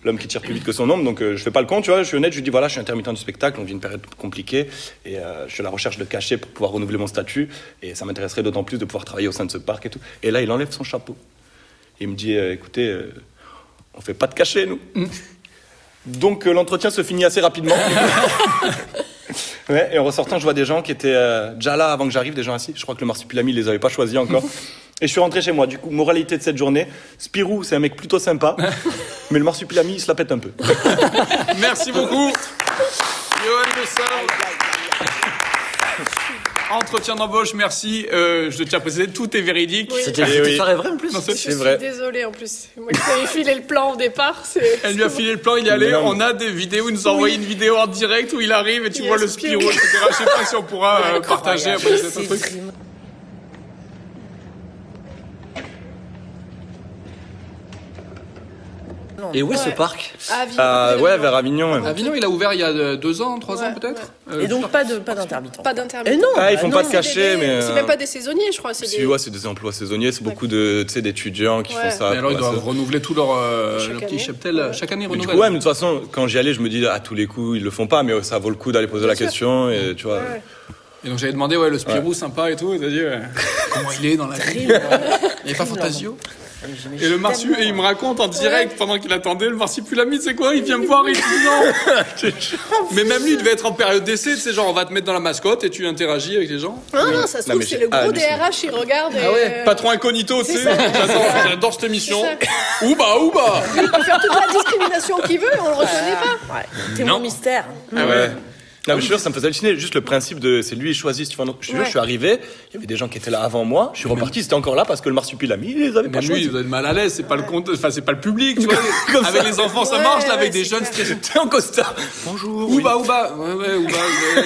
S1: l'homme qui tire plus vite que son homme, donc euh, je fais pas le con, tu vois. Je suis honnête, je lui dis voilà, je suis intermittent du spectacle, on vit une période compliquée et euh, je suis à la recherche de cachets pour pouvoir renouveler mon statut et ça m'intéresserait d'autant plus de pouvoir travailler au sein de ce parc et tout. Et là, il enlève son chapeau. Il me dit, euh, écoutez, euh, on fait pas de cachet, nous. Donc euh, l'entretien se finit assez rapidement. Ouais, et en ressortant, je vois des gens qui étaient euh, déjà là avant que j'arrive, des gens assis. Je crois que le marsupilami les avait pas choisis encore. Et je suis rentré chez moi. Du coup, moralité de cette journée, Spirou, c'est un mec plutôt sympa, mais le marsupilami, il se la pète un peu.
S2: Eh
S5: Merci beaucoup. Johan Le Sabre. Entretien d'embauche, merci. Euh, je tiens à préciser, tout est véridique.
S3: C'était c'était
S1: oui.
S3: pas vrai en plus.
S5: Non, c'est-
S2: Je suis désolée en plus. Moi qui avais filé le plan au départ, c'est.
S5: Elle lui a filé le plan, il est allé.
S1: Mais non, mais-
S5: On a des vidéos, il nous a envoyé une vidéo en direct où il arrive et tu
S2: Il y
S5: vois
S2: a
S5: le
S2: Spirou.
S5: Spirou, etc. Je sais pas si on pourra euh, partager après cet autre truc.
S3: Et où est ce
S2: Ouais.
S3: parc
S2: Ah, vivre.
S1: Ah ouais, vers Avignon. ouais.
S5: Avignon, il a ouvert il y a euh, deux ans, trois
S2: Ouais,
S5: ans peut-être Euh,
S6: Et donc pas de pas d'intermittent.
S2: Pas d'intermittent.
S6: Et non.
S1: Ah, ils
S6: bah
S1: font
S6: non.
S1: pas de cachet, mais.
S2: C'est
S1: euh,
S2: même pas des saisonniers, je crois. C'est
S1: si,
S2: des...
S1: ouais, c'est des emplois saisonniers, c'est beaucoup de, tu sais, d'étudiants qui
S2: Ouais.
S1: font ça.
S5: Mais alors, ils
S1: pour la
S5: doivent renouveler tout leur, euh,
S2: Chaque
S5: leur petit
S2: année.
S5: cheptel. euh, Chaque année,
S1: bah, Mais du
S5: renouvelle.
S1: coup, ouais, mais de toute façon, quand j'y allais, je me dis à tous les coups, ils le font pas, mais ça vaut le coup d'aller poser la question. Et tu vois,
S2: Ouais.
S5: Et donc, j'avais demandé, ouais, le Spirou, sympa et tout. Et t'as dit, ouais, comment il est dans la vie euh, Il n'y avait pas Fantasio Et le Marsu, et il me raconte en direct pendant qu'il attendait, le Marsupilami, c'est quoi Il vient me voir, il dit non Mais même lui, il devait être en période d'essai, tu sais, genre, on va te mettre dans la mascotte et tu interagis avec les gens.
S2: Ah, non, ça se
S1: Non,
S2: trouve,
S1: mais
S2: c'est
S1: j'ai
S2: le gros
S1: halluciné.
S2: DRH, il regarde. et, euh,
S5: Patron incognito, tu sais. J'adore, j'adore cette émission. Ouba, ouba
S2: Il peut faire toute Ah, la discrimination qu'il veut, on le reconnaît pas.
S6: Ouais. T'es
S5: Non.
S6: mon mystère.
S5: Ah ouais.
S1: Non, mais je suis sûr, ça me faisait halluciner. Juste le principe de c'est lui, il choisit. Tu vois, non, je, te jure,
S2: Ouais.
S1: je suis arrivé, il y avait des gens qui étaient là avant moi, je suis reparti, ils étaient encore là parce que le marsupilami, il les avait pas
S5: Même Bah, lui, il
S1: choisis.
S5: doit être mal à l'aise, c'est pas le compte, enfin, c'est pas le public, tu vois. avec les enfants, ça
S2: Ouais,
S5: marche, là, avec
S2: ouais,
S5: des
S2: c'est
S5: jeunes
S2: clair.
S5: stressés. T'es en costard. Bonjour. Ouba, ouba. Ouais, ouais, ouba.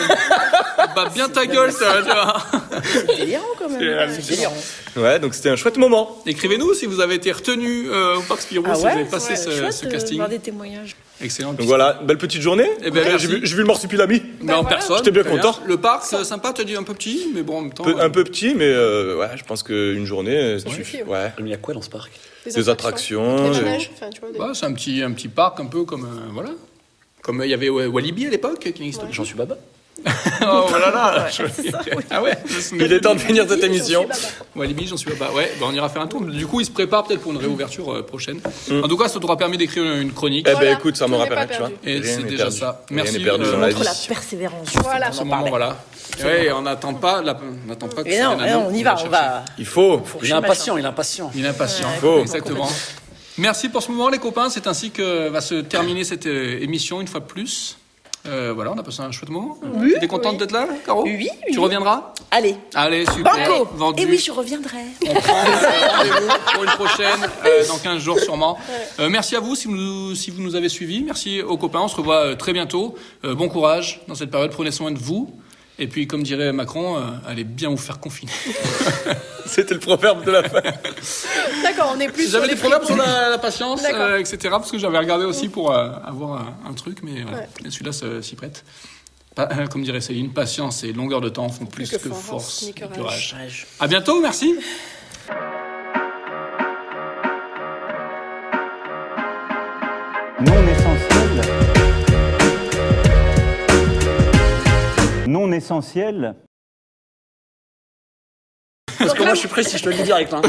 S5: ouais. Ouba, bien ta gueule, ça, tu vois.
S6: Délirant quand même. C'est délirant.
S1: Ouais, donc c'était un chouette moment.
S5: Écrivez-nous si vous avez été retenu euh, au Parc Spirou,
S6: Ah
S5: si
S6: ouais
S5: vous avez passé
S6: Ouais,
S5: ce,
S6: chouette euh,
S5: ce
S6: de
S5: casting.
S6: voir des témoignages.
S5: Excellent.
S1: Donc voilà, belle petite journée.
S5: Eh ben,
S1: Ouais,
S5: merci.
S1: j'ai vu, j'ai vu le marsupilami.
S5: Mais en
S2: voilà.
S5: personne.
S1: J'étais bien
S5: très
S1: content.
S5: Le parc, c'est sympa, t'as dit un peu petit, mais bon, en même temps.
S1: Peu-
S5: euh,
S1: un peu petit, mais euh, ouais, je pense qu'une journée, euh, ça suffit.
S2: suffit,
S1: Ouais.
S3: Mais il y a quoi dans ce parc
S1: Des attractions.
S2: Des
S1: euh,
S2: neiges, enfin, tu vois, des-
S5: ouais, c'est un petit, un petit parc, un peu comme. euh, voilà. Comme euh, il y avait euh, Walibi à l'époque, qui n'existe J'en suis baba. Oh là là
S6: Ouais,
S5: je-
S6: c'est ça, oui.
S5: Ah ouais je me souviens.
S1: Il est temps de finir cette émission.
S5: Ouais, Libye, j'en suis là-bas. Ouais, bah, on ira faire un tour. Du coup, il se prépare peut-être pour une réouverture euh, prochaine.
S6: Mm.
S5: En tout cas, ça t'aura permis d'écrire une chronique.
S1: Eh
S2: Voilà,
S1: ben écoute, ça
S2: tout
S1: me
S2: n'est
S1: rappelle,
S2: pas
S1: tu vois.
S2: perdu.
S5: Et
S1: Rien
S5: c'est
S1: n'est
S5: déjà
S1: perdu.
S5: ça.
S1: Rien
S5: Merci,
S1: n'est perdu
S5: euh,
S1: dans la
S6: Montre
S1: vie.
S6: la persévérance.
S2: Voilà.
S5: Ce
S6: on en
S5: moment,
S6: parlait.
S5: voilà. Ouais, on n'attend pas, la- on n'attend pas que
S6: Et
S5: ça
S6: non,
S5: vienne à
S6: et
S5: nous.
S6: non, on y va,
S5: va
S6: on
S5: chercher.
S6: va.
S1: Il faut.
S5: Il est impatient, il est impatient. Il est impatient.
S1: Faut.
S5: Exactement. Merci pour ce moment, les copains. C'est ainsi que va se terminer cette euh, émission une fois de plus. Euh, voilà, on a passé un chouette moment. T'es contente d'être là, Caro
S6: Oui, oui.
S5: Tu reviendras
S6: Allez,
S5: Allez, super.
S6: banco
S5: Vendu.
S6: Et oui, je reviendrai.
S5: On prend euh, rendez-vous pour une prochaine, euh, dans 15 jours sûrement. Euh, merci à vous si, vous si vous nous avez suivis. Merci aux copains. On se revoit euh, très bientôt. Euh, bon courage dans cette période. Prenez soin de vous. Et puis, comme dirait Macron, euh, allez bien vous faire confiner.
S1: C'était le proverbe de la fin.
S2: D'accord, on est plus sur
S5: J'avais
S2: les
S5: des
S2: prix.
S5: problèmes sur la, la patience,
S2: D'accord.
S5: euh, etc. Parce que j'avais regardé aussi pour euh, avoir un, un truc, mais euh, celui-là se- s'y prête. Pas- euh, comme dirait Céline, patience et longueur de temps font plus, que, force et courage. À bientôt, merci.
S4: Non essentiel. Non essentiel.
S3: Parce que moi, je suis précis, je te le dis direct. hein.